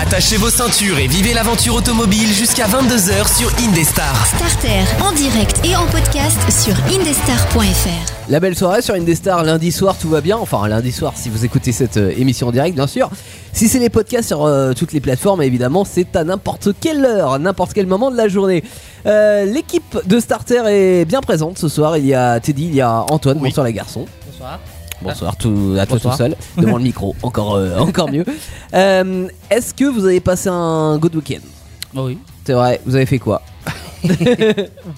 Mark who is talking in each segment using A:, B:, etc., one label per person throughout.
A: Attachez vos ceintures et vivez l'aventure automobile jusqu'à 22h sur Indestar.
B: Starter en direct et en podcast sur indestar.fr.
C: La belle soirée sur Indestar, lundi soir tout va bien, enfin lundi soir si vous écoutez cette euh, émission en direct bien sûr. Si c'est les podcasts sur euh, toutes les plateformes évidemment c'est à n'importe quelle heure, à n'importe quel moment de la journée. Euh, L'équipe de Starter est bien présente ce soir, il y a Teddy, il y a Antoine, bonsoir les garçons.
D: Bonsoir.
C: Bonsoir tout, à toi tout
D: Bonsoir.
C: seul, devant le micro, encore, euh, encore mieux. Euh, Est-ce que vous avez passé un good week-end
D: Ah oui.
C: C'est vrai, vous avez fait quoi
D: Pas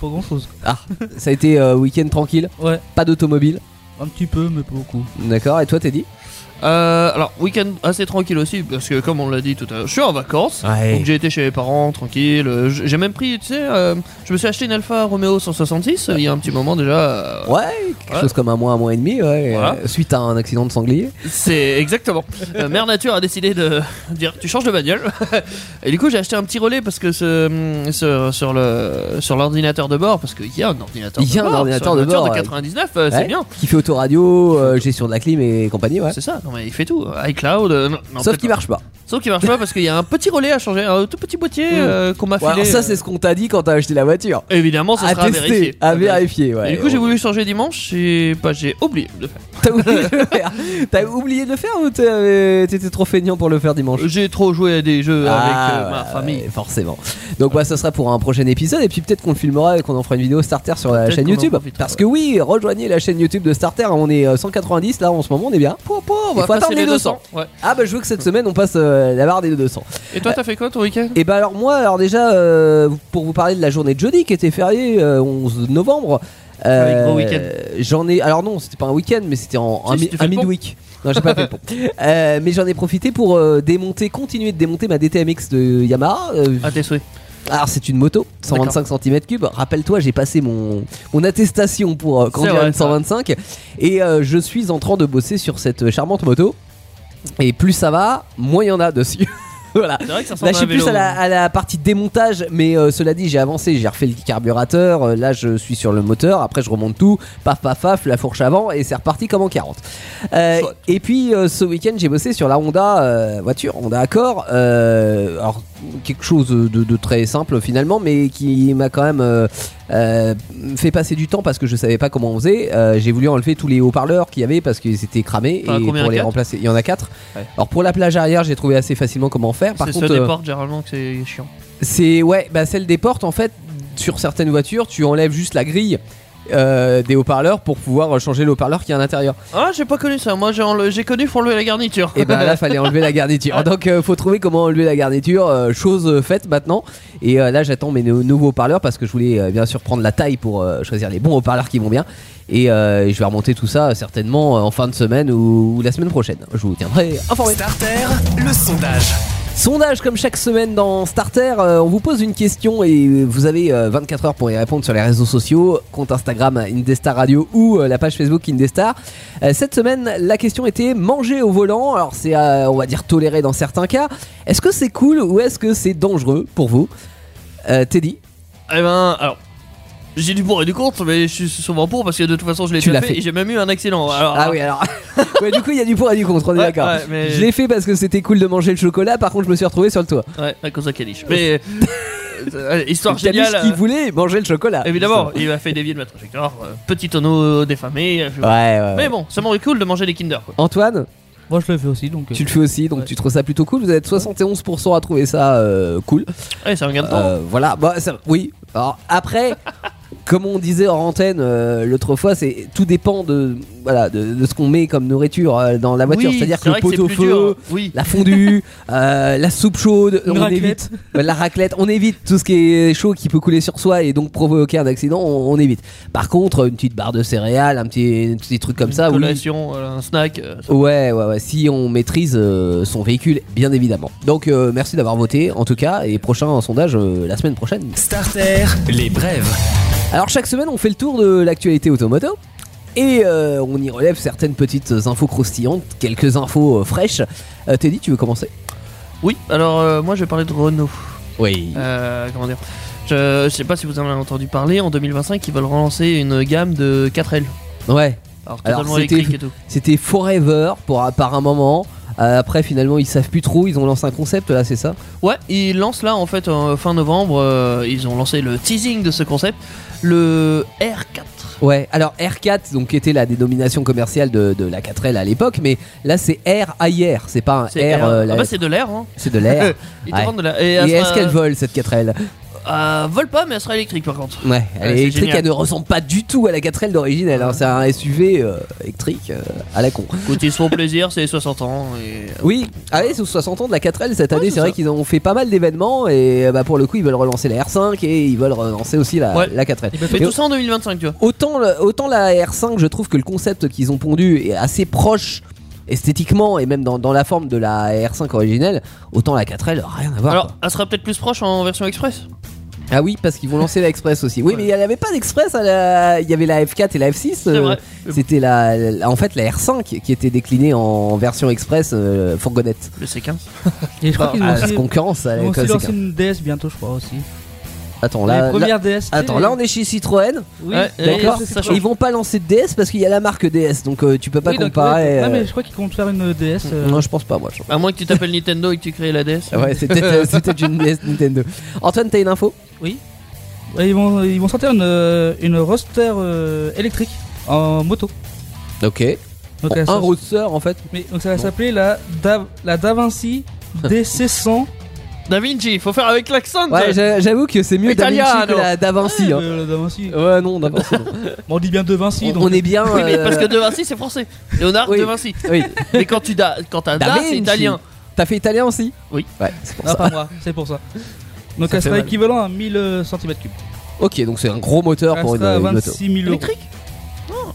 D: grand chose.
C: Ah, ça a été euh, week-end tranquille,
D: Ouais,
C: pas d'automobile,
D: un petit peu, mais pas beaucoup.
C: d'accord Et toi Teddy
E: Euh, alors, week-end assez tranquille aussi, parce que comme on l'a dit tout à l'heure, je suis en vacances.
C: Ouais.
E: Donc j'ai été chez mes parents, tranquille. euh, j- J'ai même pris, tu sais, euh, je me suis acheté une Alfa Romeo 166 euh, il y a un petit moment déjà. euh,
C: Ouais, quelque
E: Ouais.
C: chose comme un mois, un mois et demi, ouais,
E: Voilà.
C: euh, suite à un accident de sanglier.
E: C'est exactement. Euh, Mère Nature a décidé de dire tu changes de bagnole. Et du coup, j'ai acheté un petit relais parce que ce, mm, ce- sur le sur l'ordinateur de bord, parce qu'il y a un ordinateur.
C: Il y a
E: de
C: un
E: bord,
C: ordinateur
E: sur une
C: de
E: voiture
C: bord,
E: de 99, euh,
C: Ouais,
E: c'est bien.
C: Qui fait autoradio, euh, gestion de la clim et compagnie, ouais.
E: C'est euh, ça. Non mais il fait tout. iCloud. euh, non, non,
C: Sauf
E: peut-être
C: qu'il
E: pas.
C: marche pas.
E: Sauf qu'il marche pas parce qu'il y a un petit relais à changer, un tout petit boîtier euh, qu'on m'a
C: Mm. Ouais,
E: filé.
C: alors ça,
E: euh,
C: c'est ce qu'on t'a dit quand t'as acheté la voiture.
E: Évidemment, ce
C: à
E: sera à
C: tester,
E: vérifier.
C: à vérifier, ouais. oh.
E: Et du coup, j'ai voulu changer dimanche et bah, j'ai oublié de le faire.
C: T'as oublié de le faire T'as oublié de le faire ou t'avais- t'étais trop feignant pour le faire dimanche
E: J'ai trop joué à des jeux
C: Ah,
E: avec euh, ma
C: ouais,
E: famille.
C: ouais, forcément. Donc bah, ça sera pour un prochain épisode et puis peut-être qu'on le filmera et qu'on en fera une vidéo starter sur la
E: Peut-être
C: chaîne
E: qu'on en
C: YouTube.
E: profitera,
C: Parce que oui, rejoignez la chaîne YouTube de Starter. On est euh, 190 là en ce moment, on est bien.
E: on
C: Il
E: va
C: faut attendre
E: passer
C: les 200.
E: Ouais.
C: Ah bah je veux que cette semaine on passe euh, la barre des 200.
E: Et toi, t'as fait quoi ton week-end
C: Et bah alors moi, alors déjà euh, pour vous parler de la journée de jeudi qui était fériée euh, 11 novembre. euh,
E: Ouais, gros week-end.
C: J'en ai. Alors non, c'était pas un week-end, mais c'était en
E: Si,
C: un,
E: si, tu
C: mi-
E: fais
C: un
E: le pont.
C: midweek. Non, j'ai pas fait le pont. Euh, mais j'en ai profité pour euh, démonter, continuer de démonter ma DTMX de Yamaha. euh,
E: À Ah, tes souhaits.
C: alors c'est une moto, 125 cm3. Rappelle-toi, j'ai passé mon, mon attestation pour euh, conduire
E: C'est vrai,
C: une 125 et euh, je suis en train de bosser sur cette euh, charmante moto. Et plus ça va, moins il y en a dessus. voilà.
E: C'est vrai que ça ressemble
C: Là, Bah,
E: à
C: je
E: un
C: suis plus
E: vélo. hein.
C: à la, à la partie démontage, mais euh, cela dit, j'ai avancé, j'ai refait le carburateur. euh, là, je suis sur le moteur. Après, je remonte tout, paf, paf, paf, la fourche avant, et c'est reparti comme en 40. Euh,
E: Chouette.
C: et puis, euh, ce week-end, j'ai bossé sur la Honda euh, voiture, Honda Accord. euh, alors, quelque chose de, de très simple finalement, mais qui m'a quand même euh, euh, fait passer du temps parce que je savais pas comment on faisait. Euh, j'ai voulu enlever tous les haut-parleurs qu'il y avait parce qu'ils étaient cramés
E: T'en as
C: et
E: combien,
C: pour les
E: quatre
C: remplacer, il y en a quatre.
E: Ouais.
C: Alors pour la plage arrière, j'ai trouvé assez facilement comment faire. Par
E: C'est
C: contre,
E: ceux
C: euh,
E: des portes, généralement, que c'est chiant.
C: c'est ouais, bah celle des portes en fait. Sur certaines voitures, tu enlèves juste la grille euh, des haut-parleurs pour pouvoir changer le haut-parleur qui est à l'intérieur.
E: Ah, j'ai pas connu ça. Moi, j'ai enle- j'ai connu faut enlever Eh la garniture.
C: Et ben là, fallait enlever la garniture. Donc euh, faut trouver comment enlever la garniture. euh, chose euh, faite maintenant. Et euh, là, j'attends mes nou- nouveaux haut-parleurs parce que je voulais euh, bien sûr prendre la taille pour euh, choisir les bons haut-parleurs qui vont bien. Et euh, je vais remonter tout ça euh, certainement euh, en fin de semaine ou, ou la semaine prochaine. Je vous tiendrai informé.
A: Starter, le sondage.
C: Sondage comme chaque semaine dans Starter, euh, on vous pose une question et vous avez euh, 24 heures pour y répondre sur les réseaux sociaux, compte Instagram Indestar Radio ou euh, la page Facebook Indestar. Euh, cette semaine, la question était manger au volant. Alors c'est euh, on va dire toléré dans certains cas. Est-ce que c'est cool ou est-ce que c'est dangereux pour vous Euh, Teddy,
E: Eh ben, alors. J'ai du pour et du contre, mais je suis souvent pour parce que de toute façon, je l'ai
C: Tu l'as
E: déjà fait,
C: fait.
E: et j'ai même eu un accident. Alors,
C: ah oui alors ouais, du coup il y a du pour et du contre, on est
E: Ouais,
C: d'accord.
E: ouais, mais-
C: Je l'ai fait parce que c'était cool de manger le chocolat. Par contre je me suis retrouvé sur le toit.
E: Ouais, à cause de la caniche. Mais. euh, allez, histoire
C: T'as vu
E: géniale.
C: ce qu'il
E: euh,
C: voulait manger le chocolat.
E: Évidemment, il m'a fait dévier de ma trajectoire. euh, petit tonneau défamé. euh, je-
C: Ouais ouais.
E: Mais bon, ça m'aurait cool de manger des Kinder. Quoi.
C: Antoine.
D: Moi, je le fais aussi, donc. euh,
C: Tu le fais aussi, donc
D: Ouais.
C: tu trouves ça plutôt cool. Vous êtes 71% à trouver ça euh, cool.
E: Ouais, ça regarde
C: Euh, voilà, bah, ça- oui. Alors, après, comme on disait en antenne euh, l'autre fois, c'est tout dépend de, voilà, de, de ce qu'on met comme nourriture euh, dans la voiture. C'est-à-dire que le pot au feu,
E: Oui.
C: la fondue, euh, la soupe chaude,
D: Une
C: on
D: raclette.
C: évite euh, la raclette, on évite tout ce qui est chaud qui peut couler sur soi et donc provoquer un accident, on, on évite. Par contre, une petite barre de céréales, un petit, un petit truc comme
E: Une
C: ça, oui,
E: collation, euh, un snack. euh, ça-
C: Ouais, ouais, ouais. Si on maîtrise euh, son véhicule, bien évidemment. Donc, euh, merci d'avoir voté, en tout cas. Et prochain sondage euh, la semaine prochaine.
A: Starter, les brèves.
C: Alors, chaque semaine, on fait le tour de l'actualité automoto. Et euh, on y relève certaines petites infos croustillantes, quelques infos euh, fraîches. Euh, Teddy, tu veux commencer
E: Oui, alors euh, moi je vais parler de Renault.
C: Oui.
E: Euh, comment dire je, je sais pas si vous en avez entendu parler, en 2025 ils veulent relancer une gamme de 4L.
C: Euh, Ouais.
E: Alors
C: Alors,
E: totalement
C: c'était-
E: électrique et tout.
C: C'était Forever pour, par un moment. Euh, après, finalement, ils savent plus trop. Ils ont lancé un concept là, c'est ça
E: Ouais, ils lancent là en fait en fin novembre. euh, ils ont lancé le teasing de ce concept, le R4.
C: Ouais. Alors R4, donc qui était la dénomination commerciale de, de la 4L à l'époque, mais là c'est R ailleurs. C'est pas un
E: C'est
C: R.
E: R.
C: euh, la-
E: Ah bah, c'est de l'air. Hein.
C: c'est de l'air.
E: Ils te
C: Ouais.
E: vendent de l'air.
C: Et
E: elle
C: est-ce
E: sera-
C: qu'elle vole cette 4L
E: Euh, vole pas, mais elle sera électrique par contre.
C: Ouais, elle
E: Ouais,
C: est
E: c'est
C: électrique,
E: génial.
C: elle ne ressemble pas du tout à la 4L d'origine. Alors hein. c'est un SUV euh, électrique euh, à la con.
E: Écoute, ils se font plaisir, c'est les 60 ans. Et...
C: Oui, allez, sous 60 ans de la 4L cette année,
E: c'est
C: c'est vrai
E: ça.
C: qu'ils ont fait pas mal d'événements et euh, bah, pour le coup ils veulent relancer la R5 et ils veulent relancer aussi la,
E: Ouais.
C: la 4L.
E: Ils fait
C: Et
E: tout ça en 2025, tu vois.
C: autant, le- autant la R5, je trouve que le concept qu'ils ont pondu est assez proche esthétiquement et même dans, dans la forme de la R5 originelle, autant la 4L, rien à voir.
E: Alors, elle sera peut-être plus proche en version express.
C: Ah oui, parce qu'ils vont lancer la Express aussi. Oui,
E: Ouais.
C: mais il n'y avait pas d'Express, à la- il y avait la F4 et la F6. euh,
E: vrai.
C: C'était la, la- en fait la R5 qui était déclinée en version Express euh, fourgonnette.
E: Le C15.
D: Et je crois qu'ils
C: Ah,
D: vont
C: la
D: aussi,
C: concurrence, elle
D: ils
C: est
D: vont
C: comme
D: aussi
C: c'est
D: lancer
C: qu'un-
D: une DS bientôt, je crois aussi.
C: Attends,
D: La
C: là, là-
D: première DS.
C: attends, là on est chez Citroën,
D: Oui,
E: Ouais,
D: la
C: d'accord.
D: DS,
E: ça
D: je crois.
E: change.
C: Ils vont pas lancer de DS parce qu'il y a la marque DS, donc euh, tu peux pas
D: Oui, donc,
C: comparer.
D: ouais, ouais,
C: euh,
D: mais je crois qu'ils comptent faire une DS. euh,
C: Non, je pense pas, moi. je pense.
E: À moins que tu t'appelles Nintendo et que tu crées la DS.
C: Ah Ouais, c'est peut-être euh, c'est peut-être une DS Nintendo. Antoine, t'as une info
D: ouais, ils, vont, ils vont sortir une, euh, une roster euh, électrique en moto.
C: Ok.
D: Donc, elle
C: un
D: sera-
C: roadster en fait.
D: mais- donc ça va s'appeler la, da, la Da Vinci DC100.
E: Da Vinci, faut faire avec l'accent.
C: Ouais, j'a- j'avoue que c'est mieux Da Vinci
E: Italiano.
C: que la Da Vinci. hein.
D: Euh, la Da Vinci.
C: Ouais, non, Da Vinci, non.
D: Bon, on dit bien De Vinci.
C: On,
D: donc,
C: on est bien.
E: Oui, mais
C: euh,
E: parce que De Vinci, c'est français. Léonard
C: oui.
E: De Vinci.
C: oui.
E: Mais quand tu da, quand t'as
C: Da
E: da,
C: Vinci.
E: c'est italien.
C: T'as fait italien aussi
E: Oui.
C: Ouais, c'est pour
D: Ah,
C: ça.
D: pas moi, c'est pour ça. Donc
C: Ça
D: elle
C: fait
D: sera
C: mal.
D: équivalent à euh, 1000 cm3.
C: Ok, donc c'est un gros moteur
D: Elle
C: pour une, euh,
D: sera à
C: une moto.
D: 26 000 euros.
E: Électrique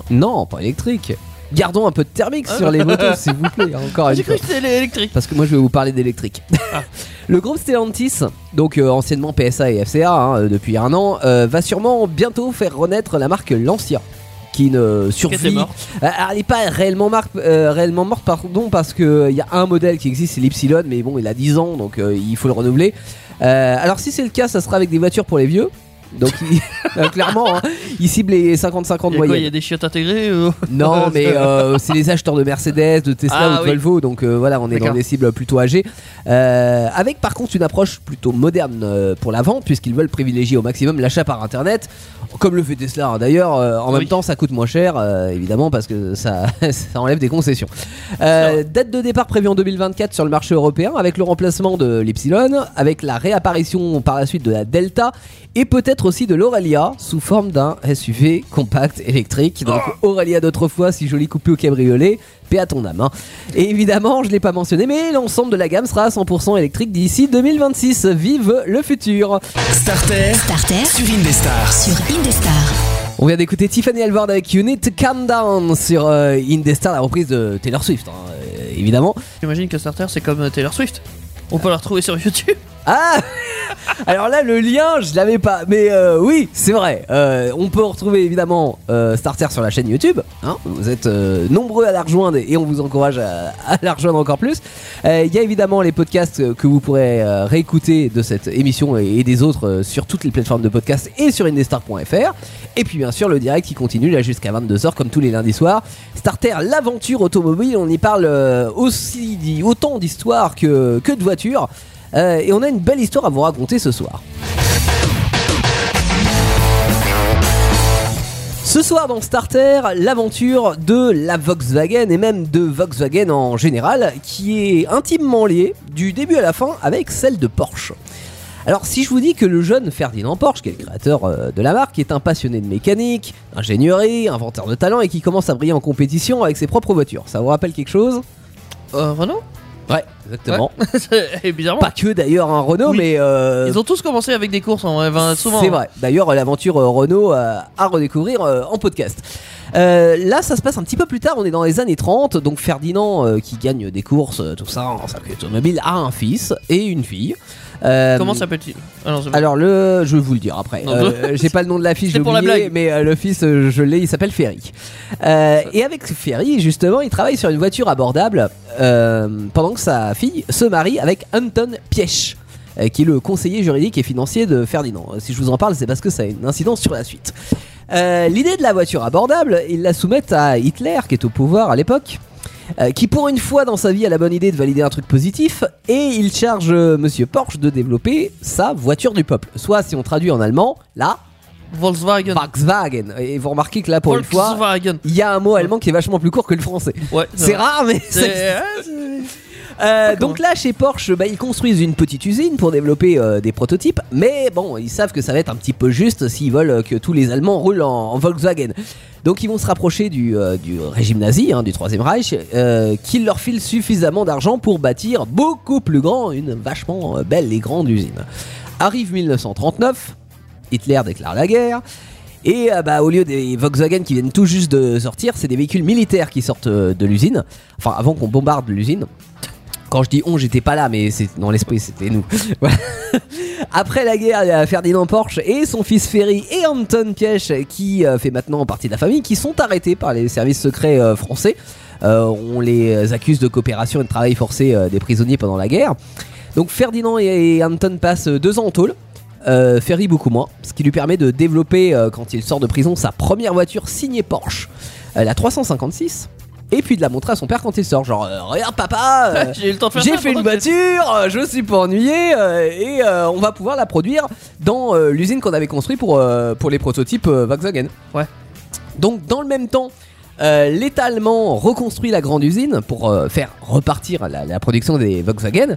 C: Non, pas électrique. Gardons un peu de thermique sur les motos, s'il vous plaît. Encore une
E: Ah. J'ai
C: fois.
E: cru que c'était électrique.
C: Parce que moi, je vais vous parler d'électrique.
E: Ah.
C: Le groupe Stellantis, donc euh, anciennement PSA et FCA hein, euh, depuis un an, euh, va sûrement bientôt faire renaître la marque Lancia, qui ne
E: Qu'était
C: survit
E: mort.
C: Euh, Elle n'est pas réellement, mar- euh, réellement morte, pardon, parce qu'il y a un modèle qui existe, c'est l'Ypsilon, mais bon, il a 10 ans, donc euh, il faut le renouveler. Euh, alors, si c'est le cas, ça sera avec des voitures pour les vieux. Donc, il- euh, clairement, hein, il cible les 55 ans
E: Il
C: de
E: y a quoi, il y
C: moyenne.
E: a des chiottes intégrées euh
C: Non, mais euh, c'est les acheteurs de Mercedes, de Tesla
E: Ah,
C: ou de
E: oui.
C: Volvo, donc euh, voilà, on est dans
E: D'accord.
C: des cibles plutôt âgées. Euh, avec par contre une approche plutôt moderne euh, pour la vente, puisqu'ils veulent privilégier au maximum l'achat par internet, comme le fait Tesla hein. d'ailleurs. euh, en
E: Oui.
C: même temps, ça coûte moins cher, euh, évidemment, parce que ça, ça enlève des concessions. Euh, date de départ prévue en 2024 sur le marché européen, avec le remplacement de l'Epsilon, avec la réapparition par la suite de la Delta et peut-être aussi de l'Aurelia sous forme d'un SUV compact électrique. Donc Aurelia d'autrefois, si jolie coupée au cabriolet, paix à ton âme. hein. Et évidemment, je l'ai pas mentionné, mais l'ensemble de la gamme sera à 100% électrique d'ici 2026. Vive le futur
A: Starter
B: Starter
A: sur Indestar.
B: sur Indestar.
C: On vient d'écouter Tiffany Alvord avec You Need to Calm Down sur euh, Indestar, la reprise de Taylor Swift, hein, euh, évidemment.
E: J'imagine que Starter, c'est comme euh, Taylor Swift. On peut la retrouver sur YouTube.
C: Ah Alors là, le lien, je l'avais pas. Mais euh, oui, c'est vrai. Euh, on peut retrouver évidemment euh, Starter sur la chaîne YouTube. hein. vous êtes euh, nombreux à la rejoindre et on vous encourage à, à la rejoindre encore plus. Euh, Il y a évidemment les podcasts euh, que vous pourrez euh, réécouter de cette émission et, et des autres euh, sur toutes les plateformes de podcast et sur indestar.fr. Et puis bien sûr, le direct qui continue là jusqu'à 22h comme tous les lundis soirs. Starter, l'aventure automobile, on y parle euh, aussi autant d'histoires que, que de voitures. Euh, et on a une belle histoire à vous raconter ce soir. Ce soir dans Starter, l'aventure de la Volkswagen et même de Volkswagen en général, qui est intimement liée du début à la fin avec celle de Porsche. Alors si je vous dis que le jeune Ferdinand Porsche, qui est le créateur euh, de la marque, est un passionné de mécanique, d'ingénierie, inventeur de talent et qui commence à briller en compétition avec ses propres voitures, ça vous rappelle quelque chose
E: Euh, Renault
C: Ouais, exactement.
E: Et bizarrement,
C: Pas que d'ailleurs un Renault,
E: Oui.
C: mais euh,
E: ils ont tous commencé avec des courses en vrai, enfin, souvent. hein.
C: C'est vrai. D'ailleurs, l'aventure euh, Renault euh, à redécouvrir euh, en podcast. Euh, là, ça se passe un petit peu plus tard. On est dans les années 30. Donc, Ferdinand, euh, qui gagne des courses, euh, tout ça, en circuit automobile, a un fils et une fille. Euh,
E: Comment s'appelle-t-il Ah non, c'est bon.
C: alors le, je vais vous le dire après.
E: Non,
C: Euh, J'ai pas le nom de l'affiche,
E: C'est
C: j'ai
E: pour la
C: oublié,
E: blague.
C: mais euh, le fils, euh, je l'ai, il s'appelle Ferry. Euh, et avec Ferry, justement, il travaille sur une voiture abordable euh, pendant que sa fille se marie avec Anton Piech, euh, qui est le conseiller juridique et financier de Ferdinand. Euh, Si je vous en parle, c'est parce que ça a une incidence sur la suite. Euh, L'idée de la voiture abordable, ils la soumettent à Hitler, qui est au pouvoir à l'époque. euh, qui pour une fois dans sa vie a la bonne idée de valider un truc positif et il charge euh, Monsieur Porsche de développer sa voiture du peuple. Soit si on traduit en allemand, la
E: Volkswagen.
C: Volkswagen. Et vous remarquez que là pour une fois,
E: Volkswagen.
C: il y a un mot allemand qui est vachement plus court que le français.
E: Ouais,
C: C'est
E: vrai.
C: rare, mais ça
E: C'est-
C: euh, donc là, chez Porsche, bah, ils construisent une petite usine pour développer euh, des prototypes, mais bon, ils savent que ça va être un petit peu juste s'ils veulent euh, que tous les Allemands roulent en, en Volkswagen. Donc ils vont se rapprocher du, euh, du régime nazi, hein, du Troisième Reich, euh, qui leur file suffisamment d'argent pour bâtir beaucoup plus grand, une vachement euh, belle et grande usine. Arrive 1939, Hitler déclare la guerre. Et euh, bah, au lieu des Volkswagen qui viennent tout juste de sortir, c'est des véhicules militaires qui sortent euh, de l'usine. Enfin, avant qu'on bombarde l'usine. Quand je dis on, j'étais pas là, mais c'est dans l'esprit, c'était nous. Voilà. Après la guerre, il y a Ferdinand Porsche et son fils Ferry et Anton Piech, qui euh, fait maintenant partie de la famille, qui sont arrêtés par les services secrets euh, français. Euh, on les accuse de coopération et de travail forcé euh, des prisonniers pendant la guerre. Donc Ferdinand et, et Anton passent euh, deux ans en tôle. Euh, Ferry beaucoup moins, ce qui lui permet de développer, euh, quand il sort de prison, sa première voiture signée Porsche, euh, la 356, et puis de la montrer à son père quand il sort, genre euh, regarde papa, euh,
E: Ah, J'ai eu le temps de faire
C: j'ai
E: ça
C: fait une
E: pendant que-
C: voiture, euh, je suis pas ennuyé, euh, et euh, on va pouvoir la produire dans euh, l'usine qu'on avait construite pour, euh, pour les prototypes euh, Volkswagen.
E: Ouais.
C: Donc dans le même temps, euh, l'État allemand reconstruit la grande usine pour euh, faire repartir la, la production des Volkswagen.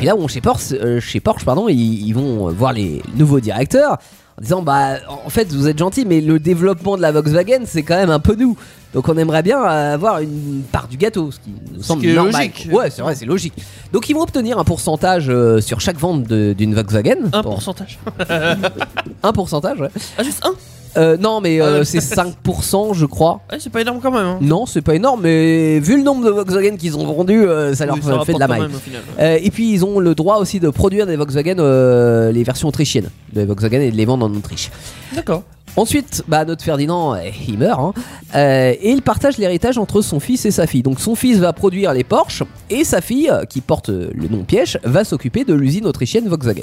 C: Et là, bon, chez Porsche, euh, chez Porsche pardon, ils, ils vont euh, voir les nouveaux directeurs en disant bah en fait vous êtes gentil mais le développement de la Volkswagen c'est quand même un peu nous donc on aimerait bien euh, avoir une part du gâteau ce qui nous semble
E: qui est
C: normal.
E: logique.
C: ouais c'est vrai c'est logique donc ils vont obtenir un pourcentage euh, sur chaque vente de- d'une Volkswagen
E: Un
C: Pour-
E: pourcentage.
C: un pourcentage ouais.
E: Ah, juste un
C: Euh, non mais euh,
E: Ah ouais.
C: c'est 5% je crois
E: Ah, C'est pas énorme quand même. hein.
C: non, c'est pas énorme, mais vu le nombre de Volkswagen qu'ils ont vendu, euh, ça leur
E: Oui,
C: fait- fait de
E: rapporte
C: la
E: quand
C: maille.
E: même, au final.
C: Euh, et puis ils ont le droit aussi de produire des Volkswagen, euh, les versions autrichiennes des Volkswagen et de les vendre en Autriche.
E: D'accord.
C: Ensuite, bah, notre Ferdinand, euh, il meurt, hein, euh, et il partage l'héritage entre son fils et sa fille. Donc son fils va produire les Porsche, et sa fille, euh, qui porte euh, le nom Piège, va s'occuper de l'usine autrichienne Volkswagen.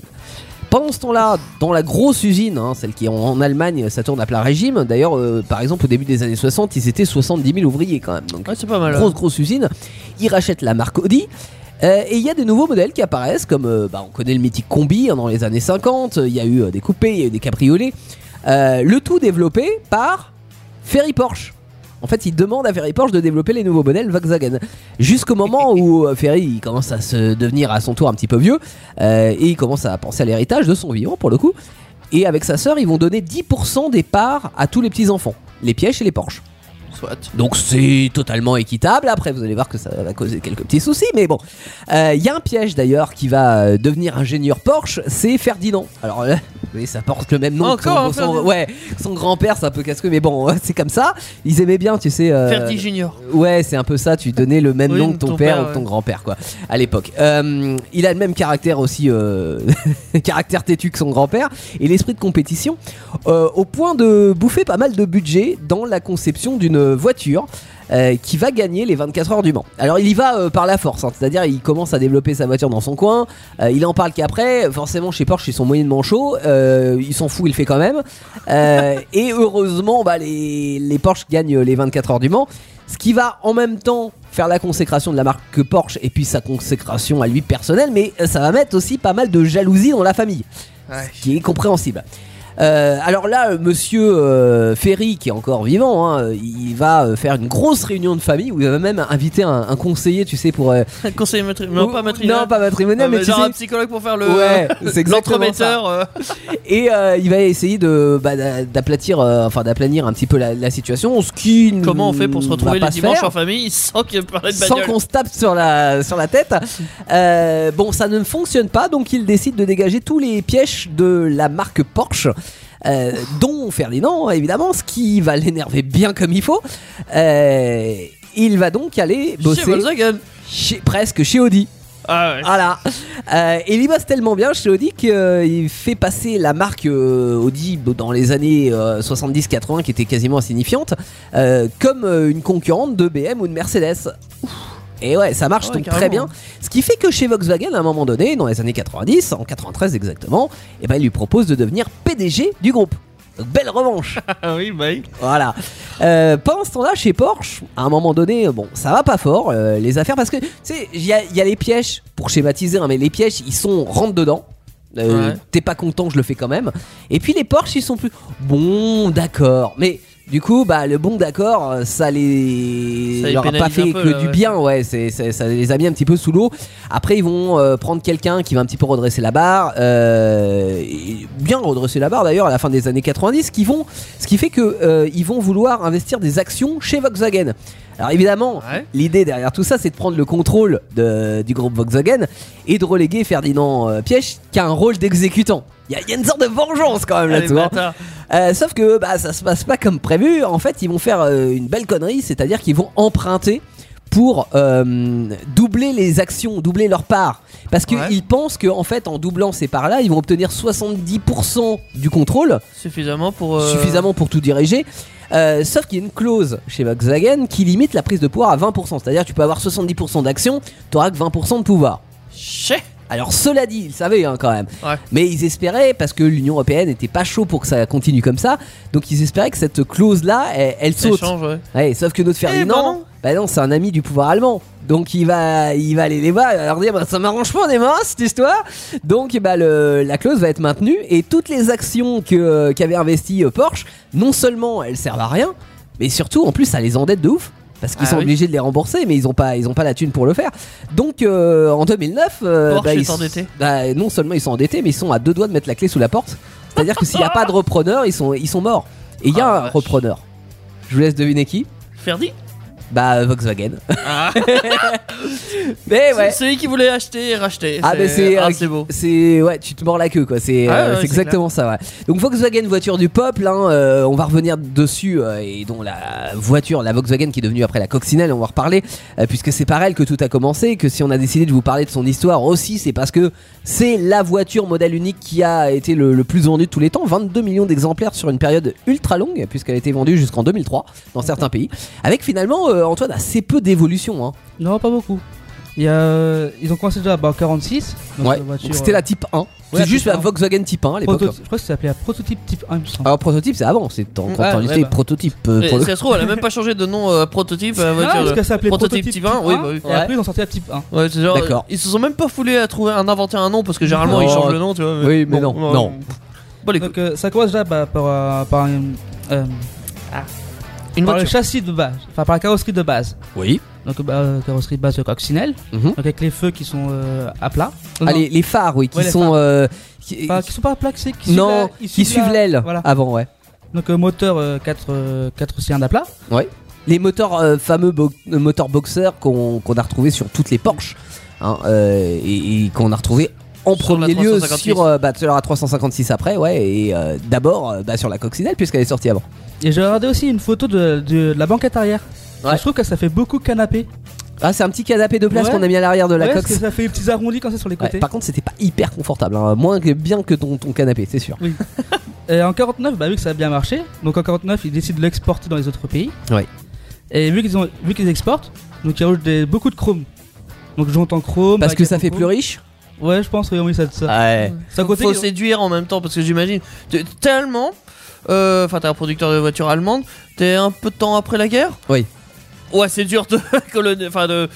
C: Pendant ce temps-là, dans la grosse usine, hein, celle qui est en, en Allemagne, ça tourne à plein régime. D'ailleurs, euh, par exemple, au début des années 60, ils étaient 70 000 ouvriers quand même. Donc,
E: Ouais, c'est pas mal. hein.
C: grosse grosse usine. Ils rachètent la marque Audi. Euh, et il y a des nouveaux modèles qui apparaissent, comme euh, bah, on connaît le mythique combi hein, dans les années 50, il y a eu euh, des coupés, il y a eu des cabriolets. Euh, le tout développé par Ferry Porsche. En fait, il demande à Ferry Porsche de développer les nouveaux modèles Volkswagen. Jusqu'au moment où euh, Ferry il commence à se devenir à son tour un petit peu vieux, euh, et il commence à penser à l'héritage de son vivant pour le coup. Et avec sa sœur, ils vont donner 10% des parts à tous les petits-enfants, les pièges et les Porsche.
E: hein. Soit.
C: Donc c'est totalement équitable. Après, vous allez voir que ça va causer quelques petits soucis, mais bon. Euh, Il y a un piège d'ailleurs qui va euh, devenir ingénieur Porsche, c'est Ferdinand. Alors là, mais ça porte le même nom. que
E: Encore un
C: son, son-
E: Ferdinand.
C: ouais, son grand-père, c'est un peu casse mais bon, euh, c'est comme ça. Ils aimaient bien, tu sais. euh,
E: Ferdi Junior.
C: Ouais, c'est un peu ça. Tu donnais le même
E: Oui,
C: nom que ton,
E: ton
C: père,
E: père,
C: ou que ton
E: ouais.
C: grand-père, quoi, à l'époque. Euh, il a le même caractère aussi, euh, caractère têtu que son grand-père, et l'esprit de compétition, euh, au point de bouffer pas mal de budget dans la conception d'une voiture. euh, qui va gagner les 24 heures du Mans. Alors il y va euh, par la force, hein, c'est-à-dire il commence à développer sa voiture dans son coin, euh, il en parle qu'après, forcément chez Porsche ils sont moyennement chauds, euh, il s'en fout, il le fait quand même, Euh, et heureusement bah, les, les Porsche gagnent les 24 heures du Mans, ce qui va en même temps faire la consécration de la marque Porsche et puis sa consécration à lui personnelle, mais ça va mettre aussi pas mal de jalousie dans la famille,
E: Ouais.
C: ce qui est compréhensible. Euh, alors là, euh, monsieur euh, Ferry, qui est encore vivant, hein, euh, il va euh, faire une grosse réunion de famille où il va même inviter un, un conseiller, tu sais, pour. euh,
E: Conseiller matrimonial. Non,
C: ou-
E: pas matrimonial.
C: Non, pas matrimonial, mais, tu
E: Ah, genre
C: sais.
E: un psychologue pour faire le.
C: Ouais, c'est exactement
E: L'entremetteur. euh,
C: Et euh, il va essayer de bah, d'a- d'aplatir, euh, enfin d'aplanir un petit peu la, la situation. Ce qui n-
E: Comment on fait pour se
C: va
E: retrouver
C: Bah, pas
E: les
C: se
E: dimanches
C: faire.
E: en famille sans qu'il y ait parlé de
C: sans
E: bagnole
C: qu'on se tape sur la, sur la tête. Euh, bon, ça ne fonctionne pas, donc il décide de dégager tous les pièges de la marque Porsche. euh, dont Ferdinand évidemment ce qui va l'énerver bien comme il faut Euh, il va donc aller
E: Chez
C: bosser
E: Volkswagen.
C: chez- presque chez Audi
E: Ah ouais.
C: voilà. Euh, et il y bosse tellement bien chez Audi qu'il euh, fait passer la marque euh, Audi dans les années euh, 70-80, qui était quasiment insignifiante, euh, comme euh, une concurrente de BM ou de Mercedes. Ouf. Et ouais, ça marche
E: Ah Ouais,
C: donc
E: carrément.
C: très bien. Ce qui fait que chez Volkswagen, à un moment eh donné, dans les années 90, en 93 exactement, et ben, il lui propose de devenir PDG du groupe. Belle revanche
E: Ah oui, bah oui.
C: Voilà. Euh, pendant ce temps-là, chez Porsche, à un moment donné, bon, ça va pas fort, euh, les affaires, parce que, tu sais, il y a, il y a les pièges, pour schématiser, hein, mais les pièges, ils sont rentre dedans. Euh,
E: Ouais.
C: T'es pas content, je le fais quand même. Et puis les Porsche, ils sont plus. Bon, d'accord. Mais du coup, bah, le bon d'accord, euh, ça les.
E: Ça les
C: leur a pas
E: pénalise un
C: fait
E: peu,
C: que
E: là,
C: du
E: ouais.
C: bien, ouais. c'est c'est- ça les a mis un petit peu sous l'eau. Après, ils vont euh, prendre quelqu'un qui va un petit peu redresser la barre, euh, et bien redresser la barre d'ailleurs à la fin des années 90, qui vont, ce qui fait que euh, ils vont vouloir investir des actions chez Volkswagen. Alors évidemment,
E: Ouais.
C: l'idée derrière tout ça, c'est de prendre le contrôle de- du groupe Volkswagen et de reléguer Ferdinand euh, Piège, qui a un rôle d'exécutant. Il y, a- il y a une sorte de vengeance quand même
E: Allez,
C: là-dessus. hein.
E: bâtard.
C: Euh, sauf que bah, ça se passe pas comme prévu. En fait, ils vont faire euh, une belle connerie, c'est-à-dire qu'ils vont emprunter pour euh, doubler les actions, doubler leur part. Parce qu'ils
E: Ouais.
C: pensent qu'en en fait, en doublant ces parts-là, ils vont obtenir 70% du contrôle,
E: Suffisamment pour. euh,
C: suffisamment pour tout diriger. Euh, sauf qu'il y a une clause chez Volkswagen qui limite la prise de pouvoir à 20%. C'est-à-dire tu peux avoir 70% d'actions, tu que 20% de pouvoir.
E: Chais.
C: Alors cela dit, ils savaient hein, quand même.
E: Ouais.
C: Mais ils espéraient, parce que l'Union Européenne n'était pas chaud pour que ça continue comme ça, donc ils espéraient que cette clause-là, elle, elle
E: Ça
C: saute.
E: change, ouais.
C: Ouais, sauf que notre
E: Eh
C: Ferdinand,
E: pardon
C: bah non, c'est un ami du pouvoir allemand. Donc il va, il va aller les voir, il va leur dire, bah, ça m'arrange pas, on est marrant, cette histoire. Donc bah, le- la clause va être maintenue, et toutes les actions que- qu'avait investi euh, Porsche, non seulement elles servent à rien, mais surtout, en plus, ça les endette de ouf. Parce qu'ils
E: Ah
C: sont
E: oui.
C: obligés de les rembourser, mais ils n'ont pas, ils ont pas la thune pour le faire. Donc euh, en 2009, euh,
E: Porsche
C: bah,
E: est
C: ils s-
E: endetté.
C: bah, non seulement ils sont endettés, mais ils sont à deux doigts de mettre la clé sous la porte. C'est-à-dire que s'il n'y a pas de repreneur, ils sont, ils sont morts. Et il y a
E: Ah,
C: un
E: vache.
C: repreneur. Je vous laisse deviner qui
E: Ferdi
C: Bah euh, Volkswagen.
E: Ah.
C: mais ouais.
E: Celui qui voulait acheter et racheter.
C: Ah
E: c'est-
C: mais c'est
E: ah,
C: euh,
E: c'est beau.
C: c'est ouais tu te mords la queue quoi c'est
E: Ah,
C: euh,
E: ouais,
C: c'est
E: c'est
C: exactement ça ouais. donc Volkswagen voiture du peuple hein, euh, on va revenir dessus euh, et dont la voiture la Volkswagen qui est devenue après la coccinelle on va reparler euh, puisque c'est par elle que tout a commencé que si on a décidé de vous parler de son histoire aussi c'est parce que c'est la voiture modèle unique qui a été le, le plus vendue de tous les temps 22 millions d'exemplaires sur une période ultra longue puisqu'elle a été vendue jusqu'en 2003 dans certains pays avec finalement euh, Antoine assez peu d'évolution hein.
D: Non, pas beaucoup. Il y a, euh, ils ont commencé déjà bah, en 46. donc
C: Ouais,
D: la
C: donc
D: voiture,
C: c'était
D: euh,
C: la type 1.
D: la
C: c'est juste
D: type
C: la
D: 1.
C: Volkswagen type 1 à l'époque. hein. Ah.
D: prototype- Mm, Je crois que ça s'appelait la prototype type 1, il me semble.
C: Alors prototype c'est avant, c'est en
E: Ouais,
C: quantité
E: ouais, bah.
C: prototype. euh,
E: Et
C: pour le-
E: ça se trouve, elle a même pas changé de nom euh, prototype à la
D: Ah,
E: voiture.
D: parce qu'elle s'appelait
E: prototype type 1, oui, bah oui.
D: Et
C: Ouais.
D: après, ils ont sorti la type 1.
E: Ouais, c'est genre,
C: D'accord.
E: Ils se sont même pas foulés à trouver un inventer un nom parce que généralement ils
C: Oh.
E: changent le nom, tu vois.
C: Oui, mais
E: bon,
C: non,
E: euh,
C: non.
E: Bon, les couilles.
D: Donc euh, ça commence déjà bah, par, euh, par, euh, euh,
E: Ah. une
D: par le
E: voiture.
D: châssis de base, enfin par la carrosserie de base.
C: Oui.
D: Donc bah, euh, carrosserie de base de coccinelle,
C: Mhm.
D: donc avec les feux qui sont euh, à plat. Mm-hmm. Non,
C: Ah,
D: non,
C: les, les phares oui qui
D: Ouais, les
C: sont
D: phares.
C: euh, qui-
D: enfin, qui sont pas à plat, c'est qui
C: non
D: la-
C: qui suivent
D: la-
C: l'aile
D: Voilà.
C: avant ouais.
D: Donc euh, moteur 4 cylindres à plat.
C: Les moteurs euh, fameux bo- euh, moteurs boxers qu'on qu'on a retrouvé sur toutes les Porsche hein, euh, et, et qu'on a retrouvé en
E: Sur la
C: premier lieu
E: 356.
C: sur euh, bah, sur la 356 après ouais et euh, d'abord euh, bah, sur la coccinelle puisqu'elle est sortie avant.
D: Et j'ai regardé aussi une photo de, de- de la banquette arrière.
C: Ouais.
D: Je trouve que ça fait beaucoup canapé.
C: Ah c'est un petit canapé de place
D: Ouais.
C: qu'on a mis à l'arrière de la
D: Ouais, parce
C: cox.
D: que ça fait des petits arrondis comme ça sur les
C: Ouais,
D: côtés.
C: par contre, c'était pas hyper confortable, hein. moins que- bien que ton, ton canapé, c'est
E: Bah,
C: sûr.
D: Et en 49, bah, vu que ça a bien marché, donc en 49, ils décident de l'exporter dans les autres pays.
C: Ouais.
D: Et vu qu'ils ont, vu qu'ils exportent, donc ils rajoutent des- beaucoup de chrome. Donc j'entends chrome.
C: Parce que ça fait Ah.
D: maquette en
C: plus
D: chrome.
C: riche
D: Ouais, je pense, oui, oui, ça. ça.
C: Ouais.
D: C'est un côté.
E: Faut
D: qu'ils-
E: séduire en même temps parce que j'imagine. t'es Tellement. euh, Enfin, t'es un producteur de voitures allemande. T'es un peu de temps après la guerre
C: Oui.
E: Ouais, c'est dur de. colon- enfin, de.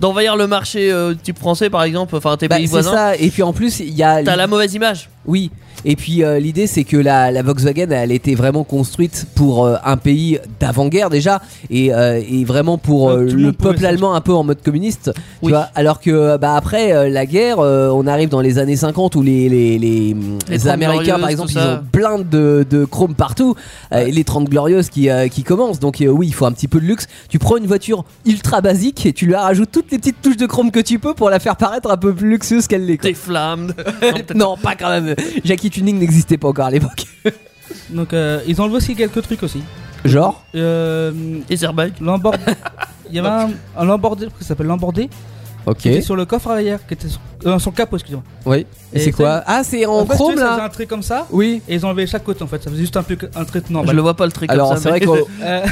E: D'envahir le marché euh, type français par exemple, enfin tes
C: Bah,
E: pays
C: c'est
E: voisins.
C: ça, et puis en plus, il y a.
E: T'as la mauvaise image.
C: Oui, et puis euh, l'idée, c'est que la, la Volkswagen, elle était vraiment construite pour euh, un pays d'avant-guerre déjà, et, euh, et vraiment pour
D: Ah,
C: euh,
D: tout le
C: le
D: monde pouvait
C: peuple
D: s'en-
C: allemand un peu en mode communiste. Tu
E: Oui.
C: vois, alors que bah, après euh, la guerre, euh, on arrive dans les années 50 où les, les, les, les
E: Trente
C: Américains,
E: Glorieuses,
C: par exemple,
E: tout
C: ils
E: ça.
C: ont plein de, de chrome partout, euh, et les 30 glorieuses qui, euh, qui commencent. Donc euh, oui, il faut un petit peu de luxe. Tu prends une voiture ultra basique et tu lui rajoutes toutes les petites touches de chrome que tu peux pour la faire paraître un peu plus luxueuse qu'elle l'est. quoi.
E: Tes flammes. Non, peut-être
C: Non, pas quand même. Jackie Tuning n'existait pas encore à l'époque.
D: Donc euh, ils ont enlevé aussi quelques trucs aussi.
C: Genre
D: Euh,
E: Les airbags.
D: L'embordé. Il y avait un, un Lambordé, qui s'appelle Lambordé,
C: Ok.
D: qui était sur le coffre arrière, qui était sur, euh, sur le capot, excusez-moi.
C: Oui. Et
D: Et
C: c'est quoi Ah, c'est en
D: fait, tu
C: chrome
D: sais, Ça faisait
C: là
D: un trait comme ça,
C: Oui.
D: et ils ont enlevé chaque côté en fait. Ça faisait juste un, peu, un trait de
E: Je
D: normal.
E: le vois pas le truc
C: bah, Alors
E: comme
C: c'est
E: ça.
C: vrai
E: mais-
C: qu'au
D: Euh,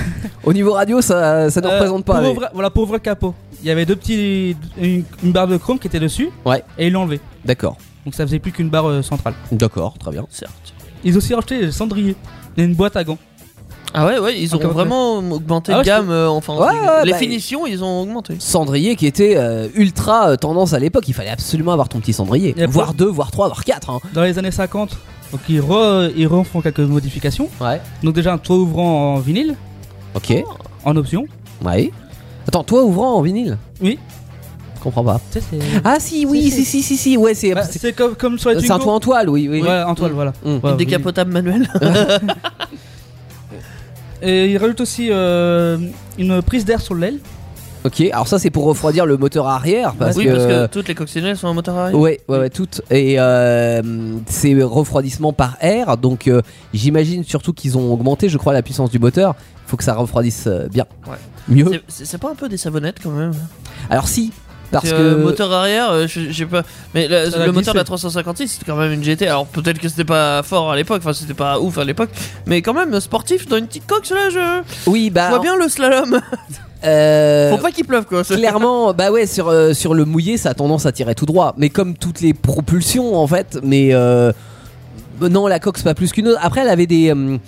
C: au niveau radio, ça, ça ne
D: euh,
C: représente pas.
D: pour
C: mais-
D: ouvrir- voilà, pour ouvrir le capot, il y avait deux petits. Une, une barre de chrome qui était dessus,
C: Ouais.
D: et ils l'ont enlevé.
C: D'accord.
D: Donc ça faisait plus qu'une barre euh, centrale.
C: D'accord, très bien.
E: Certes.
D: Ils ont aussi racheté le cendrier et une boîte à gants.
E: Ah ouais, ouais, ils ont
D: Encore
E: vraiment augmenté
D: Ah
E: la
D: ouais,
E: gamme. euh, enfin,
C: Ouais, ouais,
E: les
C: bah,
E: finitions, ils ont augmenté.
C: Cendrier qui était euh, ultra euh, tendance à l'époque, il fallait absolument avoir ton petit cendrier,
D: Et après-
C: voire deux, voire trois, voire quatre. hein.
D: Dans les années 50, donc ils, re, ils refont quelques modifications.
C: Ouais.
D: Donc déjà un toit ouvrant en vinyle,
C: Ok.
D: en option.
C: Ouais. Oh. Attends, toi ouvrant en vinyle
D: Oui.
C: Je comprends pas.
D: Tu sais, c'est-
C: Ah si, oui, si, si, si, si, ouais, c'est
D: Bah,
C: c'est-
D: c'est comme, comme sur les
C: c'est un
D: Twingo.
C: toit en toile, oui, oui.
D: Ouais, en toile,
E: Mm.
D: voilà.
C: Mm.
D: Ouais,
E: Une
D: oui.
E: décapotable manuelle.
D: Et ils rajoutent aussi euh, une prise d'air sur l'aile.
C: Ok, alors ça c'est pour refroidir le moteur arrière parce
E: oui,
C: que.
E: parce que toutes les coccinelles sont à moteur arrière.
C: Ouais, ouais, ouais, toutes. Et euh, c'est refroidissement par air, donc euh, j'imagine surtout qu'ils ont augmenté, je crois, la puissance du moteur. Faut que ça refroidisse euh, bien.
E: Ouais.
C: Mieux.
E: C'est- C'est c'est pas un peu des savonnettes quand même
C: Alors si, parce
E: Parce
C: que.
E: que moteur arrière, euh, je- j'ai pas. Mais la-
D: Ça va
E: le moteur de la
D: glisser.
E: 356, c'était quand même une GT. Alors peut-être que c'était pas fort à l'époque, enfin c'était pas ouf à l'époque, mais quand même sportif dans une petite coque, là, je,
C: Oui,
E: je
C: bah.
E: vois bien le slalom.
C: euh,
E: Faut pas qu'il pleuve quoi.
C: Clairement, bah ouais, sur, euh, sur le mouillé, ça a tendance à tirer tout droit. Mais comme toutes les propulsions, en fait, mais euh, non, la coque, c'est pas plus qu'une autre. Après, elle avait des. hum,